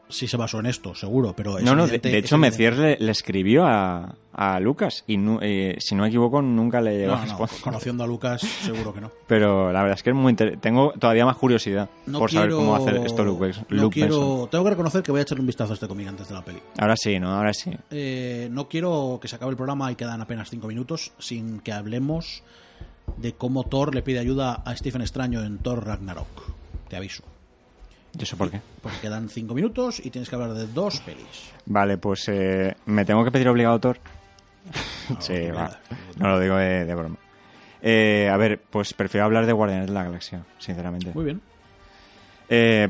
[SPEAKER 1] si se basó en esto, seguro, pero es
[SPEAKER 4] no, no, de,
[SPEAKER 1] evidente-
[SPEAKER 4] de
[SPEAKER 1] es
[SPEAKER 4] hecho,
[SPEAKER 1] evidente.
[SPEAKER 4] Messier le, le escribió a, a Lucas y, nu- eh, si no me equivoco, nunca le llegó a
[SPEAKER 1] No, no,
[SPEAKER 4] responder.
[SPEAKER 1] conociendo a Lucas, seguro que no.
[SPEAKER 4] Pero la verdad es que es muy inter- tengo todavía más curiosidad
[SPEAKER 1] No
[SPEAKER 4] por
[SPEAKER 1] quiero,
[SPEAKER 4] saber cómo hacer esto Luke, Wilson-
[SPEAKER 1] no
[SPEAKER 4] Luke
[SPEAKER 1] quiero-
[SPEAKER 4] Benson.
[SPEAKER 1] Tengo que reconocer que voy a echarle un vistazo a este cómic antes de la peli.
[SPEAKER 4] Ahora sí, ¿no? Ahora sí.
[SPEAKER 1] Eh, no quiero que se acabe el programa y quedan apenas cinco minutos sin que hablemos de cómo Thor le pide ayuda a Stephen Extraño en Thor Ragnarok. Te aviso.
[SPEAKER 4] Yo sé por qué.
[SPEAKER 1] Porque quedan cinco minutos y tienes que hablar de dos pelis.
[SPEAKER 4] Vale, pues eh, me tengo que pedir obligado Thor. sí,
[SPEAKER 1] no,
[SPEAKER 4] va.
[SPEAKER 1] no,
[SPEAKER 4] No lo digo de, de broma. Eh, a ver, pues prefiero hablar de Guardianes de la Galaxia, sinceramente.
[SPEAKER 1] Muy bien.
[SPEAKER 4] Eh,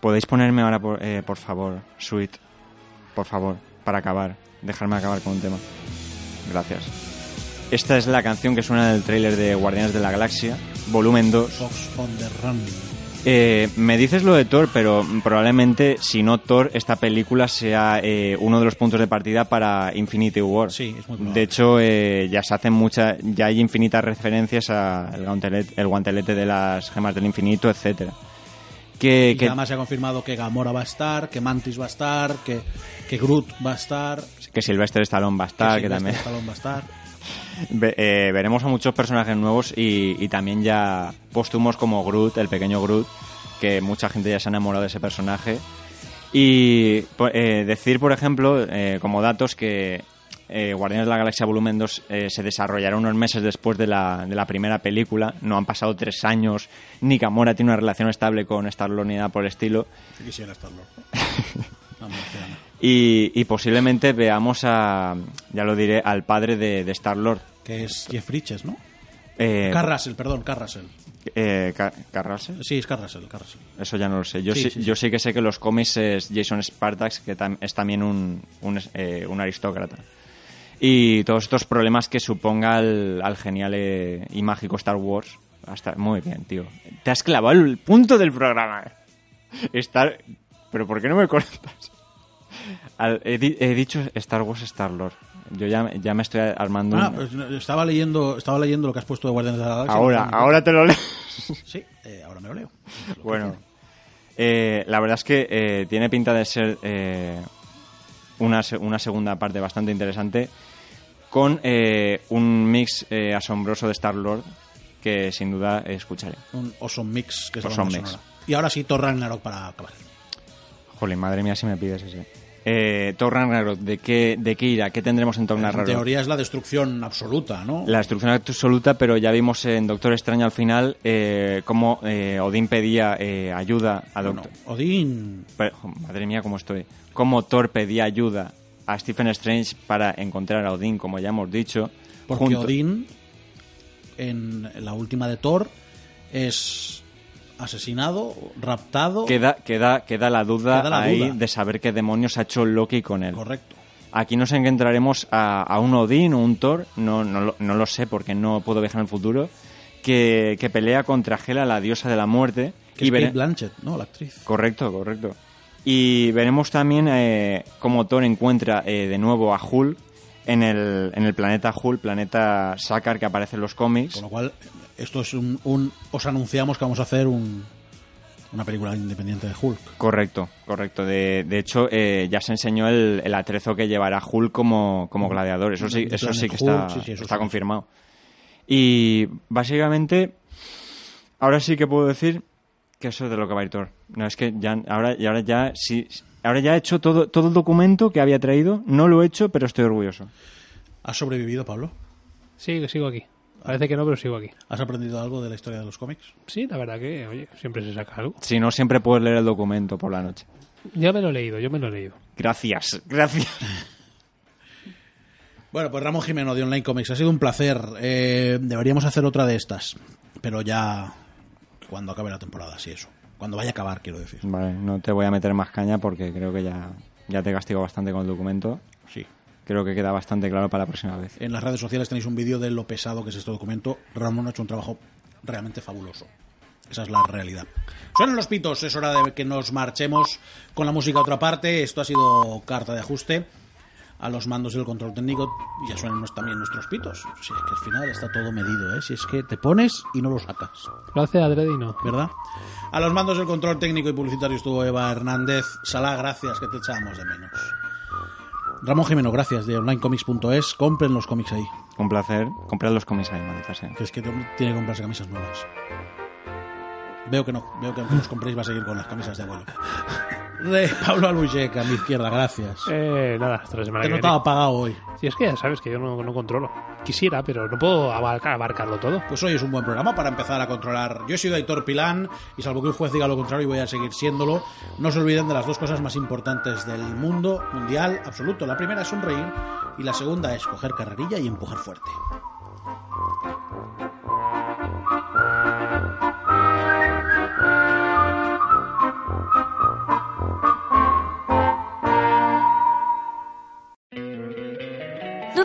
[SPEAKER 4] ¿Podéis ponerme ahora, por, eh, por favor, Sweet? Por favor, para acabar. Dejarme acabar con un tema. Gracias. Esta es la canción que suena en el tráiler de Guardianes de la Galaxia, volumen 2.
[SPEAKER 1] Fox on the Run.
[SPEAKER 4] Eh, me dices lo de Thor, pero probablemente, si no Thor, esta película sea eh, uno de los puntos de partida para Infinity War.
[SPEAKER 1] Sí, es muy probable.
[SPEAKER 4] De hecho, eh, ya se hacen muchas, ya hay infinitas referencias al guantelete, el guantelete de las gemas del infinito, etcétera. Que,
[SPEAKER 1] Y
[SPEAKER 4] que-
[SPEAKER 1] además se ha confirmado que Gamora va a estar, que Mantis va a estar, que, que Groot va a estar,
[SPEAKER 4] que Sylvester Stallone va a estar, que,
[SPEAKER 1] Sylvester
[SPEAKER 4] también
[SPEAKER 1] Stallone va a estar.
[SPEAKER 4] Ve- eh, veremos a muchos personajes nuevos y, y también ya póstumos como Groot, el pequeño Groot, que mucha gente ya se ha enamorado de ese personaje. Y po- eh, decir, por ejemplo, eh, como datos que eh, Guardianes de la Galaxia Volumen 2 eh, se desarrollará unos meses después de la, de la primera película. No han pasado tres años, ni Gamora tiene una relación estable con Star-Lord ni nada por el estilo.
[SPEAKER 1] Sí Quisiera estarlo. No, me parece nada.
[SPEAKER 4] Y, y posiblemente veamos a, ya lo diré, al padre de, de Star-Lord.
[SPEAKER 1] que es Jeff Bridges, ¿no?
[SPEAKER 4] Eh,
[SPEAKER 1] Carrasel, perdón, Carrasel.
[SPEAKER 4] eh, Ca- Carrasel.
[SPEAKER 1] Sí, es Carrasel, Carrasel.
[SPEAKER 4] Eso ya no lo sé. Yo
[SPEAKER 1] Sí,
[SPEAKER 4] sí,
[SPEAKER 1] sí, sí.
[SPEAKER 4] yo sí que sé que los cómics es Jason Spartax, que tam- es también un, un, es- eh, un aristócrata. Y todos estos problemas que suponga al, al genial eh, y mágico Star Wars. Hasta, muy bien, tío. Te has clavado el punto del programa. eh. Star... Pero ¿por qué no me cortas? Al- he, di- he dicho Star Wars Star Lord. Yo ya, me- ya me estoy armando.
[SPEAKER 1] Ah,
[SPEAKER 4] un-
[SPEAKER 1] pues, no, estaba leyendo, estaba leyendo lo que has puesto de Guardianes de la Galaxia.
[SPEAKER 4] ahora,
[SPEAKER 1] No,
[SPEAKER 4] ahora te lo leo.
[SPEAKER 1] Sí, eh, ahora me lo leo.
[SPEAKER 4] Bueno, eh, la verdad es que eh, tiene pinta de ser eh, una, se- una segunda parte bastante interesante con eh, un mix eh, asombroso de Star-Lord que sin duda escucharé.
[SPEAKER 1] Un awesome mix que es la
[SPEAKER 4] Awesome
[SPEAKER 1] banda
[SPEAKER 4] mix.
[SPEAKER 1] sonora. Y ahora sí, Thor Ragnarok para acabar.
[SPEAKER 4] Jolín, madre mía si me pides ese. Eh, Thor Ragnarok, ¿de qué, ¿de qué irá? ¿Qué tendremos en Thor
[SPEAKER 1] En
[SPEAKER 4] Ragnarok?
[SPEAKER 1] teoría es la destrucción absoluta, ¿no?
[SPEAKER 4] La destrucción absoluta, pero ya vimos en Doctor Extraño al final eh, cómo eh, Odín pedía eh, ayuda a
[SPEAKER 1] Bueno,
[SPEAKER 4] Doctor...
[SPEAKER 1] Odín.
[SPEAKER 4] Pero, jo, madre mía, cómo estoy. Cómo Thor pedía ayuda a Stephen Strange para encontrar a Odín, como ya hemos dicho.
[SPEAKER 1] Porque
[SPEAKER 4] junto-
[SPEAKER 1] Odín, en la última de Thor, es asesinado, raptado.
[SPEAKER 4] Queda, queda, queda la duda
[SPEAKER 1] Queda la
[SPEAKER 4] ahí
[SPEAKER 1] duda.
[SPEAKER 4] de saber qué demonios ha hecho Loki con él.
[SPEAKER 1] Correcto.
[SPEAKER 4] Aquí nos encontraremos a, a un Odín o un Thor, no, no, lo- no lo sé porque no puedo viajar en el futuro, que, que pelea contra Hela, la diosa de la muerte.
[SPEAKER 1] Que
[SPEAKER 4] y
[SPEAKER 1] es
[SPEAKER 4] vere-
[SPEAKER 1] Kate Blanchett, ¿no? La actriz.
[SPEAKER 4] Correcto, correcto. Y veremos también eh, cómo Thor encuentra eh, de nuevo a Hulk en el, en el planeta Hulk, planeta Sakar que aparece en los cómics.
[SPEAKER 1] Con lo cual, esto es un, un- Os anunciamos que vamos a hacer un, una película independiente de Hulk.
[SPEAKER 4] Correcto, correcto. De, de hecho, eh, ya se enseñó el, el atrezo que llevará Hulk como, como gladiador. Eso sí,
[SPEAKER 1] De
[SPEAKER 4] eso
[SPEAKER 1] Planet
[SPEAKER 4] sí que
[SPEAKER 1] Hulk,
[SPEAKER 4] está,
[SPEAKER 1] sí, sí, eso
[SPEAKER 4] está
[SPEAKER 1] sí.
[SPEAKER 4] confirmado. Y básicamente, ahora sí que puedo decir que eso es de lo que va a ir Thor. No, es que ya, ahora, y ahora ya sí. Ahora ya he hecho todo, todo el documento que había traído. No lo he hecho, pero estoy orgulloso.
[SPEAKER 1] ¿Has sobrevivido, Pablo?
[SPEAKER 3] Sí, que sigo aquí. Parece que no, pero sigo aquí.
[SPEAKER 1] ¿Has aprendido algo de la historia de los cómics?
[SPEAKER 3] Sí, la verdad que, oye, siempre se saca algo.
[SPEAKER 4] Si no, siempre puedes leer el documento por la noche.
[SPEAKER 3] Ya me lo he leído, yo me lo he leído.
[SPEAKER 4] Gracias, gracias.
[SPEAKER 1] Bueno, pues Ramón Jimeno de Online Comics, ha sido un placer. Eh, deberíamos hacer otra de estas, pero ya cuando acabe la temporada, sí, eso. Cuando vaya a acabar, quiero decir.
[SPEAKER 4] Vale, no te voy a meter más caña porque creo que ya, ya te castigo bastante con el documento.
[SPEAKER 1] Sí.
[SPEAKER 4] Creo que queda bastante claro para la próxima vez.
[SPEAKER 1] En las redes sociales tenéis un vídeo de lo pesado que es este documento. Ramón ha hecho un trabajo realmente fabuloso. Esa es la realidad. Suenan los pitos, es hora de que nos marchemos con la música a otra parte. Esto ha sido carta de ajuste. A los mandos del control técnico ya suenan nos- también nuestros pitos. Si es que al final está todo medido, ¿eh? Si es que te pones y no lo sacas.
[SPEAKER 3] Lo hace adrede y no.
[SPEAKER 1] ¿verdad? A los mandos del control técnico y publicitario estuvo Eva Hernández. Salá, gracias, que te echábamos de menos. Ramón Jimeno, gracias, de onlinecomics.es. Compren los cómics ahí,
[SPEAKER 4] Un placer. Comprad los cómics ahí, maldita sea.
[SPEAKER 1] que es que tiene que comprarse camisas nuevas. Veo que no, veo que aunque los compréis va a seguir con las camisas de abuelo. De Pablo Albuchek, a mi izquierda, gracias.
[SPEAKER 3] Eh, nada, hasta la semana
[SPEAKER 1] Te he
[SPEAKER 3] que
[SPEAKER 1] notado
[SPEAKER 3] viene.
[SPEAKER 1] apagado hoy.
[SPEAKER 3] Si es que ya sabes que yo no, no controlo. Quisiera, pero no puedo abarcar- abarcarlo todo.
[SPEAKER 1] Pues hoy es un buen programa para empezar a controlar. Yo he sido Aitor Pilán y salvo que un juez diga lo contrario, voy a seguir siéndolo. No se olviden de las dos cosas más importantes del mundo mundial absoluto. La primera es sonreír y la segunda es coger carrerilla y empujar fuerte.
[SPEAKER 7] ¿No